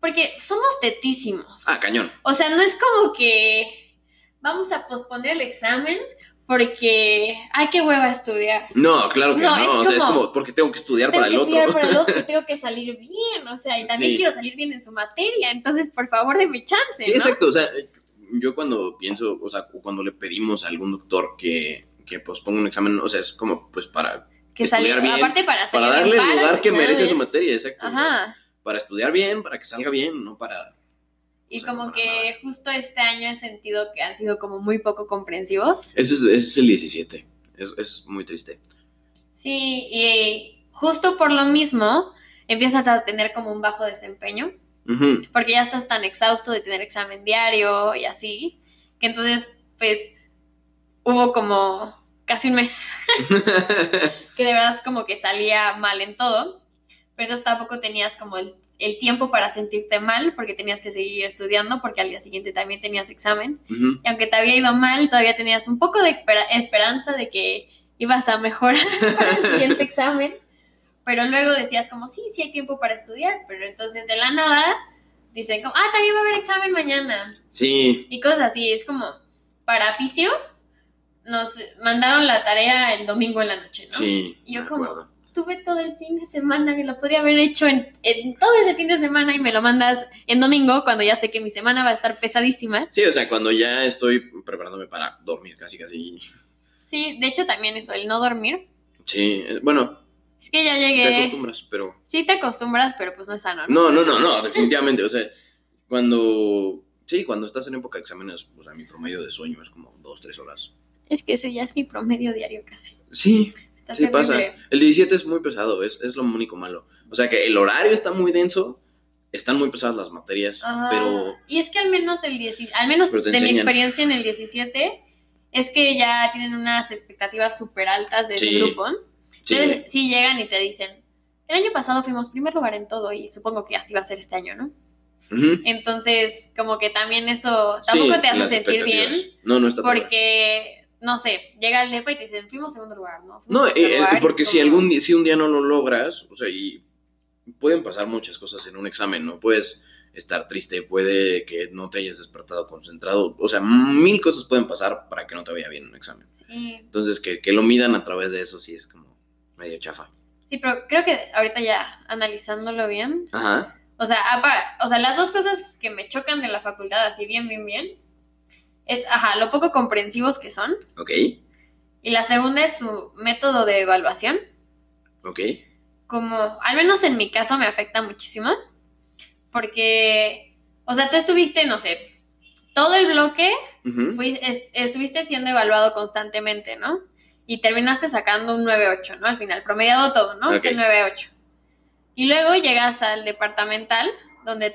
Speaker 3: Porque somos tetísimos.
Speaker 1: Ah, cañón.
Speaker 3: O sea, no es como que vamos a posponer el examen porque. ¡Ay, qué hueva estudiar!
Speaker 1: No, claro que no.
Speaker 3: No, es
Speaker 1: o sea, es
Speaker 3: como-
Speaker 1: como, porque tengo que estudiar
Speaker 3: Tengo
Speaker 1: para el
Speaker 3: que
Speaker 1: otro.
Speaker 3: estudiar para el otro y tengo que salir bien. O sea, y también
Speaker 1: Sí.
Speaker 3: quiero salir bien en su materia. Entonces, por favor, déme chance.
Speaker 1: Sí,
Speaker 3: ¿no?
Speaker 1: exacto. O sea, yo cuando pienso, o sea, cuando le pedimos a algún doctor que, que posponga un examen, o sea, es como, pues, para,
Speaker 3: que
Speaker 1: estudiar
Speaker 3: salir,
Speaker 1: bien,
Speaker 3: aparte para salir
Speaker 1: para darle
Speaker 3: bien
Speaker 1: el
Speaker 3: para
Speaker 1: lugar que merece su
Speaker 3: examen.
Speaker 1: materia, exacto. o sea,
Speaker 3: Ajá.
Speaker 1: Para estudiar bien, para que salga bien, no para...
Speaker 3: Y
Speaker 1: O sea, no
Speaker 3: como
Speaker 1: para
Speaker 3: que
Speaker 1: nada.
Speaker 3: justo este año he sentido que han sido como muy poco comprensivos.
Speaker 1: Ese es, ese es el 17. Es, es muy triste.
Speaker 3: Sí, y justo por lo mismo empiezas a tener como un bajo desempeño,
Speaker 1: Ujú. [LAUGHS]
Speaker 3: porque ya estás tan exhausto de tener examen diario y así, que entonces pues hubo como casi un mes que de verdad como que salía mal en todo, pero entonces tampoco tenías como el, el tiempo para sentirte mal porque tenías que seguir estudiando porque al día siguiente también tenías examen.
Speaker 1: Ujú.
Speaker 3: Y aunque te había ido mal, todavía tenías un poco de espera- esperanza de que ibas a mejorar [LAUGHS] para el siguiente examen. Pero luego decías como, sí, sí hay tiempo para estudiar. Pero entonces de la nada dicen como, ah, también va a haber examen mañana.
Speaker 1: Sí,
Speaker 3: Y cosas así. Es como, para aficio, nos mandaron la tarea el domingo en la noche, ¿no?
Speaker 1: sí.
Speaker 3: Y yo
Speaker 1: me
Speaker 3: como-
Speaker 1: acuerdo.
Speaker 3: Tuve todo el fin de semana que lo podría haber hecho en, en todo ese fin de semana y me lo mandas en domingo cuando ya sé que mi semana va a estar pesadísima.
Speaker 1: Sí, o sea, cuando ya estoy preparándome para dormir casi, casi.
Speaker 3: Sí, de hecho también eso, el no dormir.
Speaker 1: Sí, eh, bueno,
Speaker 3: Es que ya
Speaker 1: te
Speaker 3: llegué.
Speaker 1: acostumbras, pero...
Speaker 3: sí te acostumbras, pero pues no es sano, ¿no?
Speaker 1: No, no, no, no, definitivamente. O sea, cuando. Sí, cuando estás en época de exámenes, o sea, mi promedio de sueño es como dos, tres horas.
Speaker 3: Es que ese ya es mi promedio diario casi.
Speaker 1: Sí,
Speaker 3: Está
Speaker 1: sí pasa.
Speaker 3: terrible.
Speaker 1: El 17 es muy pesado, es, es lo único malo. O sea, que el horario está muy denso, están muy pesadas las materias,
Speaker 3: Ajá.
Speaker 1: pero.
Speaker 3: Y es que al menos el 17, al menos de
Speaker 1: Pero te
Speaker 3: mi
Speaker 1: enseñan.
Speaker 3: experiencia en el 17, es que ya tienen unas expectativas súper altas de
Speaker 1: Sí.
Speaker 3: ese grupo.
Speaker 1: Sí,
Speaker 3: Entonces, sí llegan y te dicen, el año pasado fuimos primer lugar en todo y supongo que así va a ser este año, ¿no?
Speaker 1: ujú.
Speaker 3: Entonces, como que también eso tampoco
Speaker 1: Sí,
Speaker 3: te hace
Speaker 1: las
Speaker 3: sentir bien,
Speaker 1: expectativas. No, no está padre.
Speaker 3: porque, no sé, llega el depa y te dicen, fuimos segundo lugar,
Speaker 1: No,
Speaker 3: ¿no? Fuimos
Speaker 1: eh,
Speaker 3: tercer
Speaker 1: eh,
Speaker 3: lugar", y
Speaker 1: porque
Speaker 3: es
Speaker 1: si
Speaker 3: como-
Speaker 1: algún día, si un día no lo logras, o sea, y pueden pasar muchas cosas en un examen, ¿no? Puedes estar triste, puede que no te hayas despertado concentrado, o sea, mil cosas pueden pasar para que no te vaya bien en un examen.
Speaker 3: Sí,
Speaker 1: Entonces, que, que lo midan a través de eso sí es como medio chafa.
Speaker 3: Sí, pero creo que ahorita ya analizándolo bien,
Speaker 1: Ajá.
Speaker 3: o sea, apar- o sea, las dos cosas que me chocan de la facultad, así bien, bien, bien, es, ajá, lo poco comprensivos que son,
Speaker 1: Ok,
Speaker 3: y la segunda es su método de evaluación,
Speaker 1: ok.
Speaker 3: como, al menos en mi caso me afecta muchísimo, porque, o sea, tú estuviste, no sé, todo el bloque
Speaker 1: ujú,
Speaker 3: fui- es- estuviste siendo evaluado constantemente, ¿no? Y terminaste sacando un 9.8, ¿no? Al final, promediado todo, ¿no? Es el
Speaker 1: Ok.
Speaker 3: 9.8. Y luego llegas al departamental, donde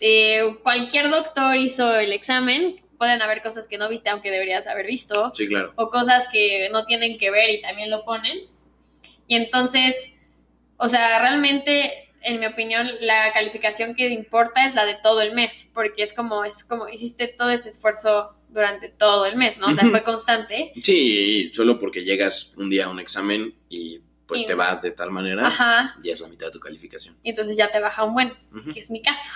Speaker 3: eh, cualquier doctor hizo el examen. Pueden haber cosas que no viste, aunque deberías haber visto,
Speaker 1: Sí, claro.
Speaker 3: o cosas que no tienen que ver y también lo ponen. Y entonces, o sea, realmente, en mi opinión, la calificación que importa es la de todo el mes, porque es como, es como, hiciste todo ese esfuerzo durante todo el mes, ¿no? O sea,
Speaker 1: Ujú. [LAUGHS]
Speaker 3: fue constante.
Speaker 1: Sí, y solo porque llegas un día a un examen y pues
Speaker 3: Y-
Speaker 1: te vas de tal manera,
Speaker 3: Ajá.
Speaker 1: ya es la mitad de tu calificación.
Speaker 3: Y entonces ya te baja un buen,
Speaker 1: Ujú.
Speaker 3: que es mi caso.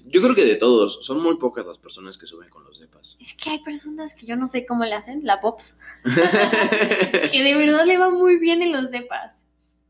Speaker 1: Yo creo que de todos, son muy pocas las personas que suben con los [LAUGHS] depas.
Speaker 3: Es que hay personas que yo no sé cómo le hacen, la Pops, que de verdad le va muy bien en los depas.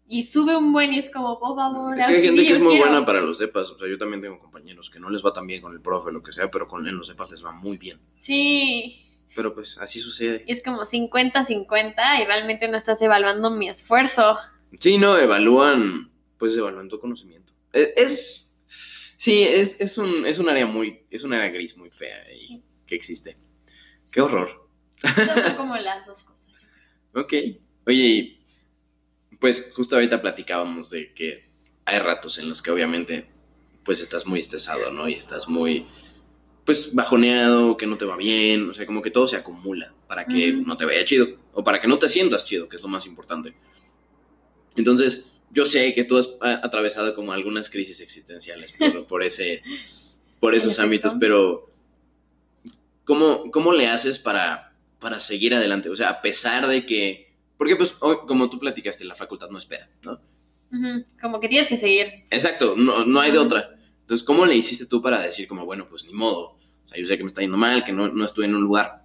Speaker 3: Y sube un buen y es como, por favor,
Speaker 1: Es que hay gente
Speaker 3: auxilio,
Speaker 1: que es muy
Speaker 3: quiero".
Speaker 1: buena para los cepas. O sea, yo también tengo compañeros que no les va tan bien con el profe, lo que sea, pero con él los cepas les va muy bien.
Speaker 3: Sí.
Speaker 1: Pero pues así sucede.
Speaker 3: Y es como 50-50 y realmente no estás evaluando mi esfuerzo.
Speaker 1: Sí, no, evalúan, pues evalúan tu conocimiento. E- Es, sí, es, es, un, es un área muy, es un área gris muy fea y que existe. Qué horror.
Speaker 3: Esas son como las dos cosas.
Speaker 1: Ok. Oye, y, pues justo ahorita platicábamos de que hay ratos en los que obviamente pues estás muy estresado, ¿no? Y estás muy pues bajoneado, que no te va bien, o sea, como que todo se acumula para que
Speaker 3: Ujú.
Speaker 1: no te vaya chido o para que no te sientas chido, que es lo más importante. Entonces, yo sé que tú has a- atravesado como algunas crisis existenciales por, por ese por
Speaker 3: En
Speaker 1: esos
Speaker 3: efecto.
Speaker 1: ámbitos, pero ¿cómo, cómo le haces para para seguir adelante? O sea, a pesar de que Porque, pues, hoy, como tú platicaste, la facultad no espera, ¿no?
Speaker 3: Ujú, Como que tienes que seguir. [LAUGHS]
Speaker 1: Exacto, no, no hay de
Speaker 3: Ujú.
Speaker 1: otra. Entonces, ¿cómo le hiciste tú para decir como, bueno, pues ni modo? O sea, yo sé que me está yendo mal, que no, no estuve en un lugar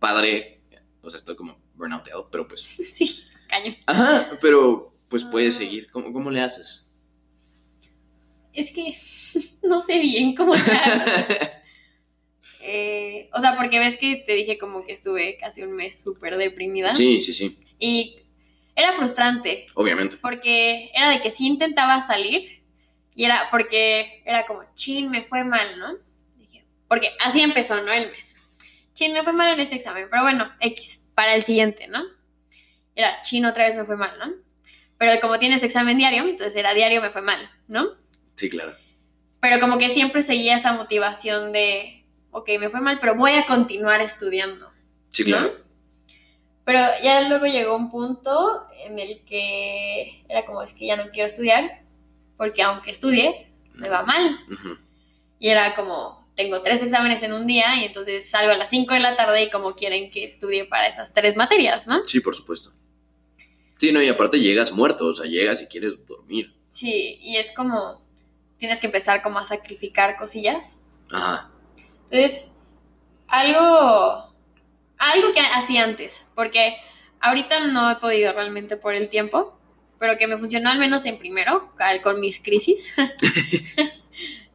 Speaker 1: padre. O sea, estoy como burnouteado, pero pues...
Speaker 3: Sí, caño.
Speaker 1: Ajá, pero pues puedes
Speaker 3: Ah.
Speaker 1: seguir. ¿Cómo, cómo le haces?
Speaker 3: Es que [LAUGHS] no sé bien cómo tal. Eh, o sea, porque ves que te dije como que estuve casi un mes súper deprimida.
Speaker 1: sí, sí, sí,
Speaker 3: Y era frustrante,
Speaker 1: obviamente.
Speaker 3: porque era de que sí intentaba salir y era porque era como, chin, me fue mal, ¿no? Dije, Porque así empezó, ¿no? El mes. Chin, me fue mal en este examen, pero bueno, X, para el siguiente, ¿no? Era, chin, otra vez me fue mal, ¿no? Pero como tienes examen diario, entonces era diario me fue mal, ¿no?
Speaker 1: Sí, claro.
Speaker 3: Pero como que siempre seguía esa motivación de, ok, me fue mal, pero voy a continuar estudiando.
Speaker 1: Sí,
Speaker 3: ¿no?
Speaker 1: claro.
Speaker 3: Pero ya luego llegó un punto en el que era como, es que ya no quiero estudiar, porque aunque estudie, me va mal.
Speaker 1: Ujú.
Speaker 3: Y era como, tengo tres exámenes en un día y entonces salgo a las 5 de la tarde y como quieren que estudie para esas tres materias, ¿no?
Speaker 1: Sí, por supuesto. Sí, no, y aparte llegas muerto, o sea, llegas y quieres dormir.
Speaker 3: Sí, y es como, tienes que empezar como a sacrificar cosillas.
Speaker 1: Ajá,
Speaker 3: Entonces, algo, algo que hacía antes, porque ahorita no he podido realmente por el tiempo, pero que me funcionó al menos en primero, al- con mis
Speaker 1: [LAUGHS]
Speaker 3: crisis,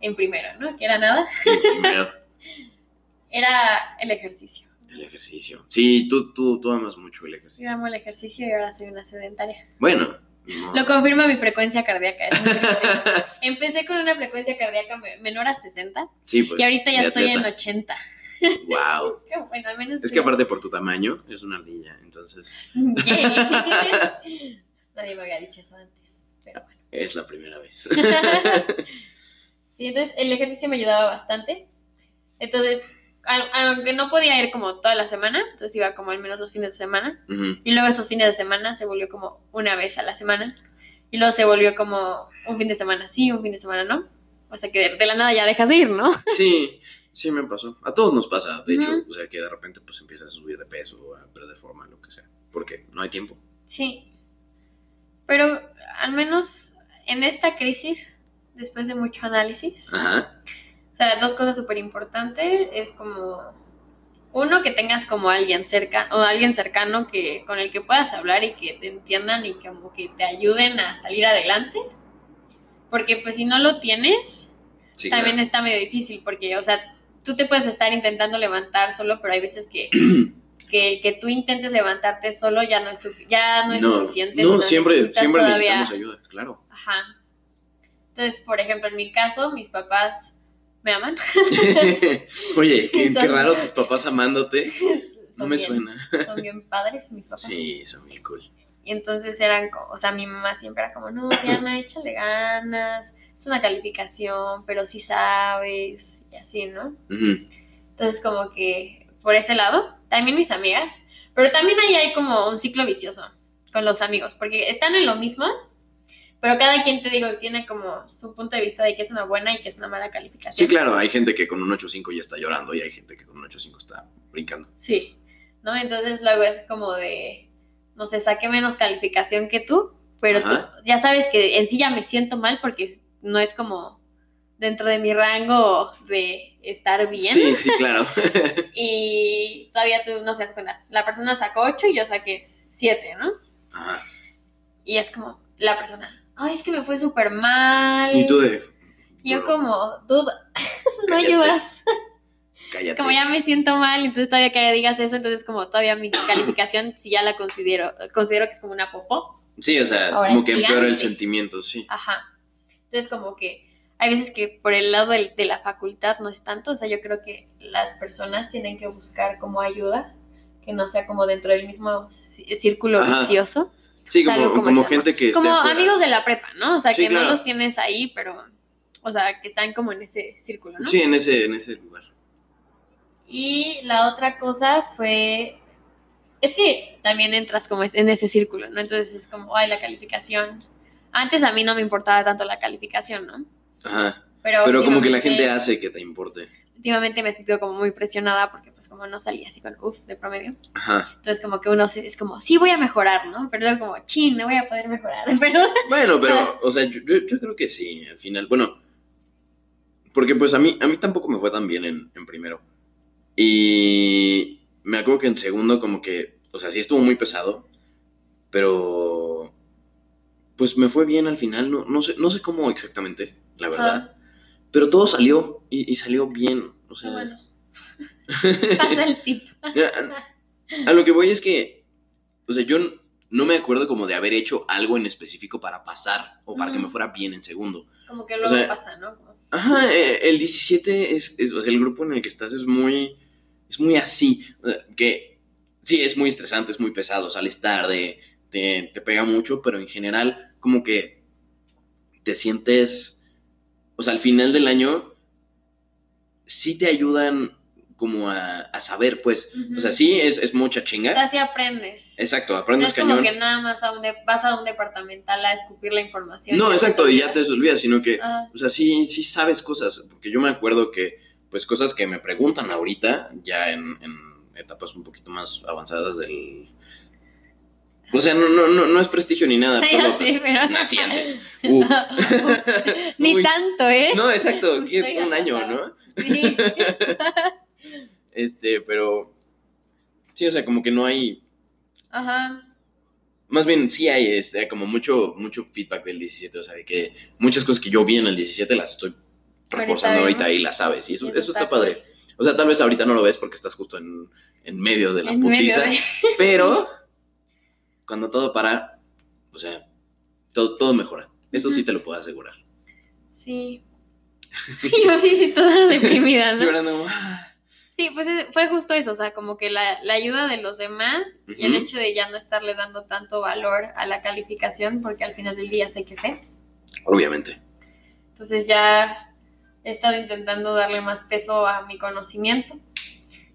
Speaker 3: en primero, ¿no? Que era nada, [LAUGHS]
Speaker 1: sí, primero
Speaker 3: era el ejercicio.
Speaker 1: el ejercicio. Sí, tú, tú, tú amas mucho el
Speaker 3: Yo
Speaker 1: ejercicio.
Speaker 3: amo el ejercicio y ahora soy una sedentaria.
Speaker 1: Bueno, no.
Speaker 3: Lo confirma mi frecuencia cardíaca. es muy triste. Empecé con una frecuencia cardíaca me- menor a 60
Speaker 1: sí, pues.
Speaker 3: y ahorita ya
Speaker 1: de
Speaker 3: estoy en
Speaker 1: atleta.
Speaker 3: 80. [LAUGHS]
Speaker 1: Wow.
Speaker 3: Qué Bueno, al menos
Speaker 1: Es
Speaker 3: sí.
Speaker 1: que aparte por tu tamaño, es una ardilla, entonces
Speaker 3: [LAUGHS] Yay. Nadie me había dicho eso antes, pero bueno.
Speaker 1: es la primera
Speaker 3: [LAUGHS]
Speaker 1: vez.
Speaker 3: Sí, entonces el ejercicio me ayudaba bastante. Entonces, al- aunque no podía ir como toda la semana, entonces iba como al menos los fines de semana.
Speaker 1: Ujú.
Speaker 3: Y luego esos fines de semana se volvió como una vez a la semana. Y luego se volvió como un fin de semana sí, un fin de semana no. O sea que de, de la nada ya dejas de ir, ¿no?
Speaker 1: Sí, sí me pasó. A todos nos pasa, de hecho,
Speaker 3: Ujú.
Speaker 1: o sea, que de repente pues empiezas a subir de peso, a perder forma, lo que sea, porque no hay tiempo.
Speaker 3: Sí. Pero al menos en esta crisis, después de mucho análisis,
Speaker 1: Ajá.
Speaker 3: O sea, dos cosas súper importantes es como uno que tengas como alguien cerca o alguien cercano que con el que puedas hablar y que te entiendan y que como que te ayuden a salir adelante. Porque pues si no lo tienes,
Speaker 1: Sí,
Speaker 3: también
Speaker 1: claro.
Speaker 3: está medio difícil porque o sea, tú te puedes estar intentando levantar solo, pero hay veces
Speaker 1: [CLEARS THROAT]
Speaker 3: que que el que tú intentes levantarte solo ya no es sufi- ya no es suficiente,
Speaker 1: No,
Speaker 3: sino
Speaker 1: siempre,
Speaker 3: necesitas
Speaker 1: siempre
Speaker 3: todavía-
Speaker 1: necesitamos ayuda,
Speaker 3: [LAUGHS]
Speaker 1: claro.
Speaker 3: Ajá. Entonces, por ejemplo, en mi caso, mis papás me aman.
Speaker 1: Oye, qué, qué
Speaker 3: Son-
Speaker 1: raro tus papás amándote.
Speaker 3: [LAUGHS]
Speaker 1: No
Speaker 3: Son
Speaker 1: me
Speaker 3: bien-
Speaker 1: suena.
Speaker 3: son bien padres mis papás.
Speaker 1: Sí, son bien cool.
Speaker 3: Y entonces eran, co- o sea, mi mamá siempre era como, no,
Speaker 1: [LAUGHS]
Speaker 3: Diana, échale ganas, es una calificación, pero sí sabes, y así, ¿no?
Speaker 1: Ujú.
Speaker 3: Entonces como que por ese lado, también mis amigas, pero también ahí hay como un ciclo vicioso con los amigos, porque están en lo mismo, pero cada quien te digo tiene como su punto de vista de que es una buena y que es una mala calificación.
Speaker 1: Sí, claro, hay gente que con un 8.5 ya está llorando y hay gente que con un 8.5 está brincando.
Speaker 3: Sí, ¿no? Entonces luego es como de, no sé, saqué menos calificación que tú, pero tú
Speaker 1: Ajá.
Speaker 3: ya sabes que en sí ya me siento mal porque es- no es como dentro de mi rango de estar bien.
Speaker 1: Sí, sí, claro.
Speaker 3: Y todavía tú no se das cuenta. La persona sacó 8 y yo saqué 7, ¿no?
Speaker 1: Ajá.
Speaker 3: Y es como la persona, ay, es que me fue súper mal.
Speaker 1: Y tú de,
Speaker 3: Y yo
Speaker 1: bro,
Speaker 3: como, duda, Pues no
Speaker 1: Cállate.
Speaker 3: llevas.
Speaker 1: cállate.
Speaker 3: como ya me siento mal, entonces todavía que digas eso, entonces como todavía mi calificación, si ya la considero, considero que es como una popó,
Speaker 1: Sí, o sea,
Speaker 3: Ahora
Speaker 1: como
Speaker 3: es
Speaker 1: que empeora el
Speaker 3: gigante.
Speaker 1: sentimiento, sí.
Speaker 3: ajá. Entonces como que hay veces que por el lado del- de, la facultad no es tanto, o sea, yo creo que las personas tienen que buscar como ayuda, que no sea como dentro del mismo ci- círculo
Speaker 1: Ajá.
Speaker 3: vicioso,
Speaker 1: Sí,
Speaker 3: es algo
Speaker 1: como,
Speaker 3: como
Speaker 1: como
Speaker 3: esa,
Speaker 1: gente que
Speaker 3: como
Speaker 1: esté afuera.
Speaker 3: amigos de la prepa, ¿no? O sea,
Speaker 1: Sí,
Speaker 3: que
Speaker 1: claro.
Speaker 3: no los tienes ahí, pero, o sea, que están como en ese círculo, ¿no?
Speaker 1: Sí, en ese, en ese lugar.
Speaker 3: Y la otra cosa fue, es que también entras como es- en ese círculo, ¿no? Entonces es como, ay, la calificación. Antes a mí no me importaba tanto la calificación, ¿no?
Speaker 1: Ajá.
Speaker 3: Pero,
Speaker 1: Pero como que la
Speaker 3: últimamente
Speaker 1: gente hace que te importe.
Speaker 3: últimamente me he sentido como muy presionada porque pues como no salía así con uff de promedio.
Speaker 1: Ajá.
Speaker 3: Entonces como que uno se- es como, sí voy a mejorar, ¿no? Pero luego como, chin, no voy a poder mejorar. [LAUGHS] Pero
Speaker 1: Bueno, pero, o sea, yo, yo- yo creo que sí, al final. Bueno, porque pues a mí, a mí tampoco me fue tan bien en, en primero. Y me acuerdo que en segundo como que, o sea, sí estuvo muy pesado, pero pues me fue bien al final, no, no, sé, no sé cómo exactamente, la verdad. Pero todo salió y, y salió bien, o sea... [LAUGHS]
Speaker 3: bueno, pasa el tip.
Speaker 1: Mira, a, a lo que voy es que, o sea, yo n- no me acuerdo como de haber hecho algo en específico para pasar o para que
Speaker 3: Ujú.
Speaker 1: me fuera bien en segundo.
Speaker 3: Como que luego
Speaker 1: sea,
Speaker 3: pasa, ¿no? Como-
Speaker 1: Ajá, eh, el 17 es, es- o sea, el grupo en el que estás es muy, es muy así, o sea, que sí, es muy estresante, es muy pesado, sales tarde, te, te pega mucho, pero en general como que te sientes, o sea, al final del año sí te ayudan como a, a saber, pues, o sea,
Speaker 3: Ujú.
Speaker 1: sí, es, es mucha
Speaker 3: O sea,
Speaker 1: chinga.
Speaker 3: sí aprendes.
Speaker 1: Exacto,
Speaker 3: No
Speaker 1: aprendes
Speaker 3: es como
Speaker 1: cañón.
Speaker 3: que nada más a un de- vas a un departamental a escupir la información.
Speaker 1: No,
Speaker 3: que
Speaker 1: exacto, y ya te
Speaker 3: olvidas.
Speaker 1: olvidas, sino que,
Speaker 3: Ajá.
Speaker 1: o sea, sí, sí sabes cosas, porque yo me acuerdo que, pues, cosas que me preguntan ahorita, ya en, en etapas un poquito más avanzadas del... O sea, no, no, no, no es prestigio ni nada,
Speaker 3: [LAUGHS] Ya
Speaker 1: solo
Speaker 3: sé,
Speaker 1: pues,
Speaker 3: pero-
Speaker 1: nací
Speaker 3: [LAUGHS]
Speaker 1: antes. Uf. [LAUGHS]
Speaker 3: Ni
Speaker 1: Uy.
Speaker 3: tanto, ¿eh?
Speaker 1: No, exacto,
Speaker 3: Me
Speaker 1: que
Speaker 3: estoy
Speaker 1: un año,
Speaker 3: atrasada.
Speaker 1: ¿no?
Speaker 3: [LAUGHS] Sí.
Speaker 1: Este, pero... Sí, o sea, como que no hay...
Speaker 3: Ajá.
Speaker 1: Más bien, sí hay este, como mucho, mucho feedback del 17, o sea, de que muchas cosas que yo vi en el 17 las estoy reforzando
Speaker 3: Ahorita,
Speaker 1: ahorita,
Speaker 3: ¿no?
Speaker 1: y las sabes, y eso,
Speaker 3: Y
Speaker 1: eso está padre. O sea, tal vez ahorita no lo ves porque estás justo en, en medio de la
Speaker 3: En medio
Speaker 1: putiza.
Speaker 3: de- [LAUGHS]
Speaker 1: Pero cuando todo para, o sea, todo, todo mejora. Eso sí
Speaker 3: Ujú.
Speaker 1: te lo puedo asegurar. [LAUGHS]
Speaker 3: Sí. Yo sí, sí, toda deprimida, ¿no?
Speaker 1: Llorando como, "Ah".
Speaker 3: Sí, pues es- fue justo eso, o sea, como que la, la ayuda de los demás y el
Speaker 1: Ujú.
Speaker 3: hecho de ya no estarle dando tanto valor a la calificación, porque al final del día sé que sé.
Speaker 1: Obviamente.
Speaker 3: Entonces ya he estado intentando darle más peso a mi conocimiento,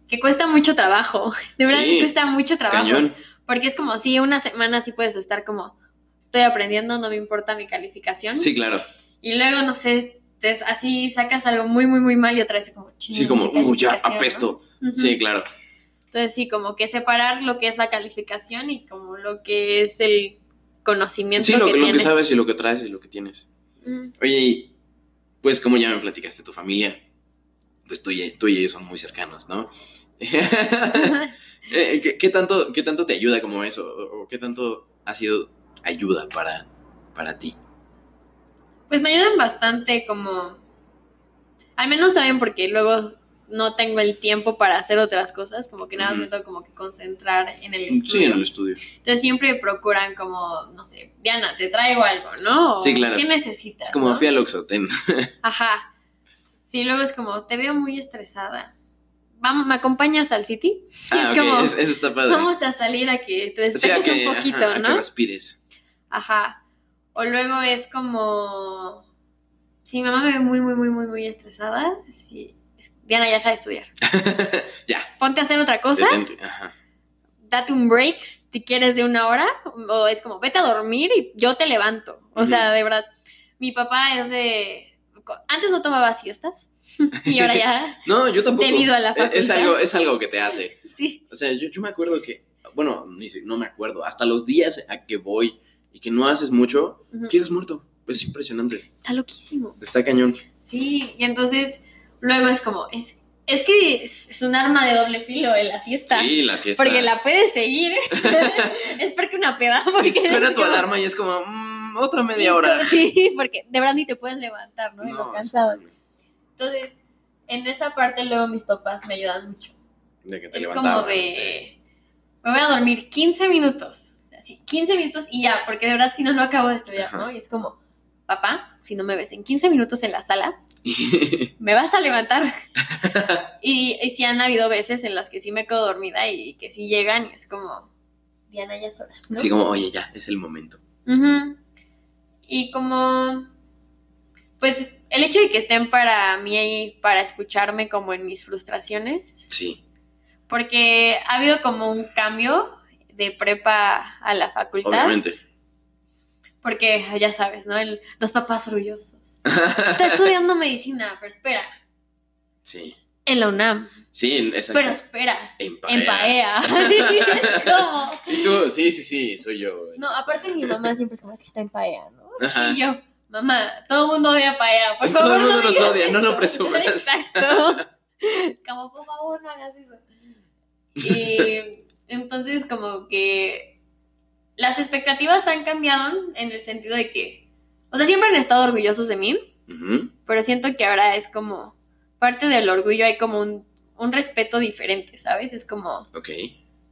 Speaker 3: que cuesta mucho trabajo, de verdad
Speaker 1: Sí,
Speaker 3: que cuesta mucho trabajo.
Speaker 1: Cañón.
Speaker 3: Porque es como, sí, una semana sí puedes estar como, estoy aprendiendo, no me importa mi calificación.
Speaker 1: Sí, claro.
Speaker 3: Y luego, no sé, te- así sacas algo muy, muy, muy mal y otra vez como,
Speaker 1: Sí,
Speaker 3: "Chin,
Speaker 1: como,
Speaker 3: mi
Speaker 1: uh, ya
Speaker 3: calificación", ¿no?
Speaker 1: apesto.
Speaker 3: Ujú.
Speaker 1: Sí, claro.
Speaker 3: Entonces sí, como que separar lo que es la calificación y como lo que es el conocimiento
Speaker 1: Sí, lo
Speaker 3: que
Speaker 1: que, lo que
Speaker 3: tienes.
Speaker 1: sabes y lo que traes y lo que tienes.
Speaker 3: Mm,
Speaker 1: Oye, y, pues como ya me platicaste tu familia, pues tú y, tú y ellos son muy cercanos, ¿no? [LAUGHS] Eh, ¿qué, qué tanto, ¿Qué tanto te ayuda como eso? ¿O o qué tanto ha sido ayuda para, para ti?
Speaker 3: [LAUGHS] pues me ayudan bastante como, al menos saben porque luego no tengo el tiempo para hacer otras cosas, como que nada más
Speaker 1: Ujú.
Speaker 3: me tengo como que concentrar en el
Speaker 1: Sí,
Speaker 3: estudio.
Speaker 1: en el estudio.
Speaker 3: Entonces siempre procuran como, no sé, Diana, te traigo algo, ¿no? O,
Speaker 1: Sí, claro.
Speaker 3: ¿Qué necesitas?
Speaker 1: Es como
Speaker 3: no?
Speaker 1: fui al Oxxo, ten.
Speaker 3: Ajá. Sí, luego es como, te veo muy estresada. Vamos, ¿me acompañas al City?
Speaker 1: Ah, ok,
Speaker 3: como-
Speaker 1: es- eso está padre.
Speaker 3: Vamos a salir a que te
Speaker 1: O sea,
Speaker 3: despejes
Speaker 1: que,
Speaker 3: un poquito,
Speaker 1: ajá, a que
Speaker 3: ¿no?
Speaker 1: respires. [LAUGHS]
Speaker 3: Ajá. O luego es como, si mi mamá me ve muy, muy, muy, muy, muy estresada, sí. Diana, ya deja de estudiar.
Speaker 1: ya,
Speaker 3: Ponte a hacer otra cosa,
Speaker 1: detente. Ajá.
Speaker 3: date un break si quieres de una hora, o es como, vete a dormir y yo te levanto. O sea, de verdad, mi papá es de... Antes no tomaba siestas [LAUGHS] y ahora ya,
Speaker 1: No, yo tampoco.
Speaker 3: Debido a la
Speaker 1: Eh, Es,
Speaker 3: facultad.
Speaker 1: algo, es algo que te hace.
Speaker 3: sí.
Speaker 1: O sea, yo, yo me acuerdo que, bueno, ni si- no me acuerdo, hasta los días a que voy y que no haces mucho,
Speaker 3: Ujú.
Speaker 1: quedas muerto. Es impresionante.
Speaker 3: Está loquísimo.
Speaker 1: Está cañón.
Speaker 3: Sí, y entonces luego es como, es, es que es, es un arma de doble filo en la siesta.
Speaker 1: Sí, la siesta.
Speaker 3: Porque
Speaker 1: [LAUGHS]
Speaker 3: la puedes seguir. [LAUGHS] es porque una peda.
Speaker 1: Sí,
Speaker 3: Porque
Speaker 1: suena
Speaker 3: es [LAUGHS]
Speaker 1: tu
Speaker 3: como-
Speaker 1: alarma y es como, "Mm, otra
Speaker 3: Sí,
Speaker 1: media hora.
Speaker 3: tú- [LAUGHS] Sí, porque de verdad ni te puedes levantar, ¿no? De
Speaker 1: No,
Speaker 3: lo
Speaker 1: es
Speaker 3: cansado.
Speaker 1: horrible.
Speaker 3: Entonces, en esa parte luego mis papás me ayudan mucho.
Speaker 1: De que te
Speaker 3: Es
Speaker 1: levantaban,
Speaker 3: como
Speaker 1: [LAUGHS]
Speaker 3: de, me voy a dormir 15 minutos. Así, 15 minutos y ya, porque de verdad si no, no acabo de estudiar, ¿no?
Speaker 1: Ajá.
Speaker 3: Y es como, papá, si no me ves en 15 minutos en la sala,
Speaker 1: te-
Speaker 3: me vas a levantar.
Speaker 1: [LAUGHS]
Speaker 3: y, y sí han habido veces en las que sí me quedo dormida y, que sí llegan y es como, Diana ya es hora, ¿no?
Speaker 1: Así como, oye, ya, es el momento.
Speaker 3: Ujú. Y como, pues el hecho de que estén para mí ahí, para escucharme como en mis frustraciones,
Speaker 1: Sí.
Speaker 3: porque ha habido como un cambio de prepa a la facultad,
Speaker 1: Obviamente.
Speaker 3: porque ya sabes, ¿no? El- los papás orgullosos. Está estudiando medicina, pero espera,
Speaker 1: sí.
Speaker 3: En la UNAM.
Speaker 1: Sí, exacto.
Speaker 3: Pero espera,
Speaker 1: en Paea.
Speaker 3: en PAEA. [LAUGHS] Es como-
Speaker 1: Y tú, sí, sí, sí, soy yo.
Speaker 3: No, aparte mi mamá siempre es como, es que está en PAEA, ¿no?
Speaker 1: Ajá.
Speaker 3: Y yo, mamá, todo el mundo odia PAEA, por
Speaker 1: Ay,
Speaker 3: favor.
Speaker 1: todo el mundo
Speaker 3: no
Speaker 1: nos
Speaker 3: digas
Speaker 1: odia, no lo
Speaker 3: eso".
Speaker 1: presumas.
Speaker 3: Exacto. Como, por favor, no hagas eso. Y entonces, como que las expectativas han cambiado en el sentido de que, o sea, siempre han estado orgullosos de mí,
Speaker 1: Ujú.
Speaker 3: pero siento que ahora es como parte del orgullo, hay como un, un respeto diferente, ¿sabes? Es como,
Speaker 1: Ok.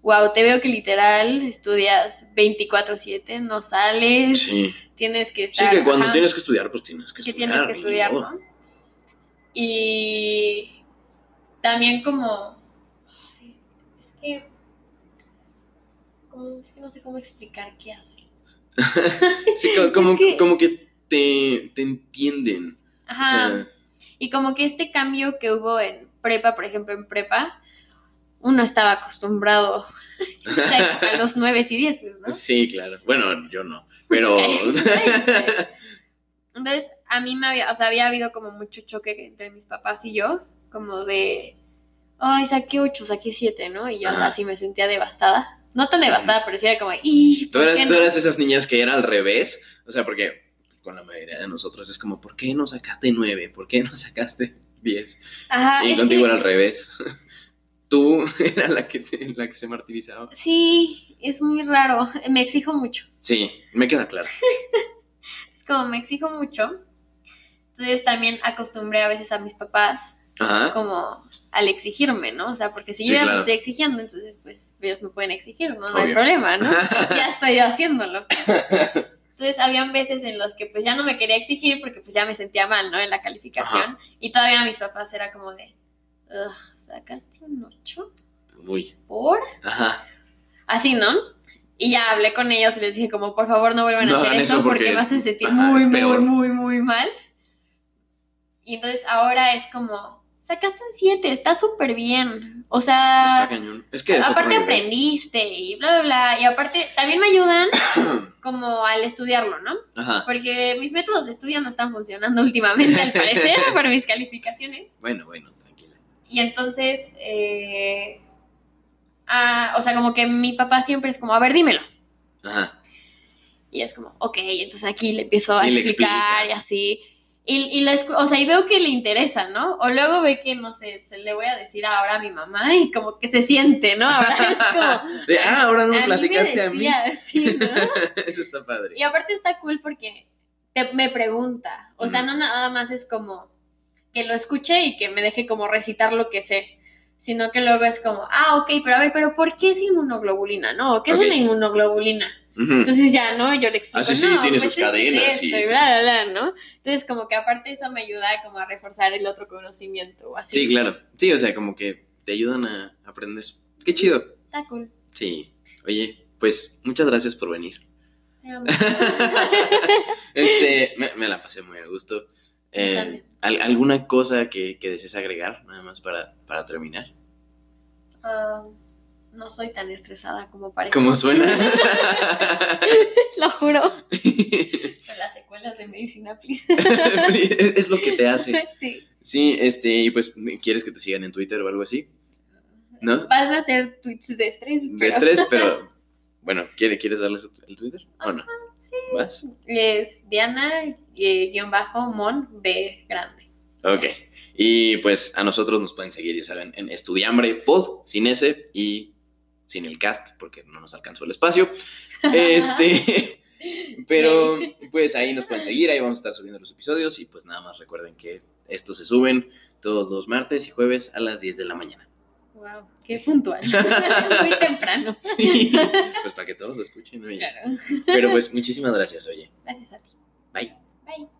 Speaker 3: wow, te veo que literal estudias 24/7, no sales,
Speaker 1: Sí.
Speaker 3: tienes que
Speaker 1: Sí,
Speaker 3: estar...
Speaker 1: que cuando
Speaker 3: ajá,
Speaker 1: tienes que estudiar, pues tienes que
Speaker 3: que
Speaker 1: estudiar.
Speaker 3: tienes que
Speaker 1: ni
Speaker 3: estudiar,
Speaker 1: modo.
Speaker 3: ¿no? Y también como... ay, Es que... como- es que no sé cómo explicar qué hace.
Speaker 1: Sí, co- como,
Speaker 3: Es
Speaker 1: que...
Speaker 3: que-
Speaker 1: como que te, te entienden. O
Speaker 3: Ajá.
Speaker 1: sea,
Speaker 3: Y como que este cambio que hubo en prepa, por ejemplo, en prepa, uno estaba acostumbrado [LAUGHS] o sea, a los 9 y 10, ¿no?
Speaker 1: sí, claro. Bueno, yo no. Pero. [LAUGHS]
Speaker 3: [LAUGHS] Entonces, a mí me había, o sea, había habido como mucho choque entre mis papás y yo, como de, ay, saqué 8, saqué 7, ¿no? Y yo
Speaker 1: Ajá.
Speaker 3: así me sentía devastada. No tan devastada, pero sí era como, ¡y!
Speaker 1: Tú
Speaker 3: ¿por
Speaker 1: eras,
Speaker 3: qué
Speaker 1: tú
Speaker 3: no?".
Speaker 1: eras esas niñas que era al revés. O sea, porque con la mayoría de nosotros es como, ¿por qué no sacaste nueve? ¿Por qué no sacaste diez?
Speaker 3: Ajá,
Speaker 1: y
Speaker 3: Ah, es
Speaker 1: contigo
Speaker 3: que-
Speaker 1: era al revés. [LAUGHS] Tú [LAUGHS] era la que, te- la que se martirizaba.
Speaker 3: Sí, es muy raro. [LAUGHS] Me exijo mucho.
Speaker 1: Sí, me queda claro.
Speaker 3: Es como, me exijo mucho. Entonces, también acostumbré a veces a mis papás
Speaker 1: Ajá.
Speaker 3: como al exigirme, ¿no? O sea, porque si
Speaker 1: Sí,
Speaker 3: yo ya
Speaker 1: claro.
Speaker 3: me estoy exigiendo, entonces pues ellos me pueden exigir, ¿no? No hay
Speaker 1: Obvio. [LAUGHS]
Speaker 3: problema, ¿no? ya estoy yo haciéndolo. Entonces habían veces en los que pues ya no me quería exigir porque pues ya me sentía mal, ¿no? En la calificación.
Speaker 1: Ajá.
Speaker 3: Y todavía mis papás era como de, "Ugh, ¿sacaste un 8?
Speaker 1: Uy.
Speaker 3: ¿Por?
Speaker 1: Ajá.
Speaker 3: Así, ¿no? Y ya hablé con ellos y les dije como, por favor, no vuelvan
Speaker 1: No
Speaker 3: a hacer
Speaker 1: hagan
Speaker 3: eso
Speaker 1: eso
Speaker 3: porque,
Speaker 1: porque-
Speaker 3: me hacen sentir
Speaker 1: ajá,
Speaker 3: muy,
Speaker 1: es
Speaker 3: muy,
Speaker 1: peor.
Speaker 3: muy, muy mal. Y entonces ahora es como, sacaste un 7, está súper bien. O sea,
Speaker 1: Está cañón. Es que es otro
Speaker 3: Ah, aparte
Speaker 1: nivel.
Speaker 3: aprendiste y bla, bla, bla. Y aparte también me ayudan como al estudiarlo, ¿no?
Speaker 1: [CLEARS THROAT] Ajá.
Speaker 3: Porque mis métodos de estudio no están funcionando [LAUGHS] últimamente,
Speaker 1: [LAUGHS]
Speaker 3: al parecer, por mis calificaciones.
Speaker 1: Bueno, bueno, tranquila.
Speaker 3: Y entonces, eh, ah, o sea, como que mi papá siempre es como, a ver, dímelo.
Speaker 1: Ajá.
Speaker 3: Y es como, ok, entonces aquí le empiezo a
Speaker 1: Sí, le
Speaker 3: explicar y
Speaker 1: explicas.
Speaker 3: así. Y, y lo escu- o sea, y veo que le interesa, ¿no? O luego ve que, no sé, se le voy a decir ahora a mi mamá y como que se siente, ¿no? Ahora
Speaker 1: [LAUGHS]
Speaker 3: es como...
Speaker 1: De, ah, ahora no me platicaste
Speaker 3: mí me decía, sí, ¿no?
Speaker 1: a mí. [LAUGHS] Eso está padre.
Speaker 3: Y aparte está cool porque te, me pregunta. O sea,
Speaker 1: Ujú.
Speaker 3: no nada más es como que lo escuche y que me deje como recitar lo que sé. Sino que luego es como, ah, ok, pero a ver, pero ¿por qué es inmunoglobulina? No, ¿qué
Speaker 1: Ok.
Speaker 3: es una inmunoglobulina?
Speaker 1: Ujú.
Speaker 3: Entonces ya, ¿no? Yo le explico.
Speaker 1: Ah, sí, sí,
Speaker 3: no,
Speaker 1: tiene sus
Speaker 3: es que es
Speaker 1: cadenas,
Speaker 3: esto
Speaker 1: sí,
Speaker 3: y
Speaker 1: sí.
Speaker 3: bla, bla, bla, ¿no? Entonces como que aparte eso me ayuda como a reforzar el otro conocimiento o así.
Speaker 1: Sí, claro. Sí, o sea, como que te ayudan a aprender. Qué chido.
Speaker 3: Está cool.
Speaker 1: Sí. Oye, pues muchas gracias por
Speaker 3: [LAUGHS]
Speaker 1: venir. [LAUGHS]
Speaker 3: Te amo.
Speaker 1: Este, me, me la pasé muy a gusto. Eh,
Speaker 3: También.
Speaker 1: al- ¿Alguna cosa que, que desees agregar, nada más para, para terminar?
Speaker 3: Ah, no soy tan estresada como parece.
Speaker 1: ¿Cómo
Speaker 3: [LAUGHS]
Speaker 1: suena? [LAUGHS]
Speaker 3: Lo juro.
Speaker 1: es,
Speaker 3: Son las secuelas de medicina, please.
Speaker 1: es lo que te hace.
Speaker 3: [LAUGHS] Sí.
Speaker 1: Sí, este, y pues, ¿quieres que te sigan en Twitter o algo así? ¿No?
Speaker 3: Vas a hacer tweets de estrés.
Speaker 1: De
Speaker 3: pero-
Speaker 1: estrés,
Speaker 3: [LAUGHS]
Speaker 1: pero bueno, ¿quiere- ¿quieres darles el Twitter o no?
Speaker 3: Sí.
Speaker 1: ¿Vas?
Speaker 3: Es Diana, eh, guión bajo, Mon, B, grande.
Speaker 1: Ok. Y pues a nosotros nos pueden seguir, ya saben, en Estudiambre, Pod, sin ese y sin el cast, porque no nos alcanzó el espacio.
Speaker 3: [LAUGHS]
Speaker 1: Este. Pero pues ahí nos pueden seguir, ahí vamos a estar subiendo los episodios y pues nada más recuerden que estos se suben todos los martes y jueves a las 10 de la mañana.
Speaker 3: [LAUGHS]
Speaker 1: [LAUGHS]
Speaker 3: Wow, qué puntual. [LAUGHS] Muy
Speaker 1: [LAUGHS]
Speaker 3: temprano.
Speaker 1: Sí, pues para que todos lo escuchen. oye.
Speaker 3: Claro.
Speaker 1: Pero pues muchísimas gracias, oye.
Speaker 3: Gracias a ti.
Speaker 1: Bye.
Speaker 3: Bye.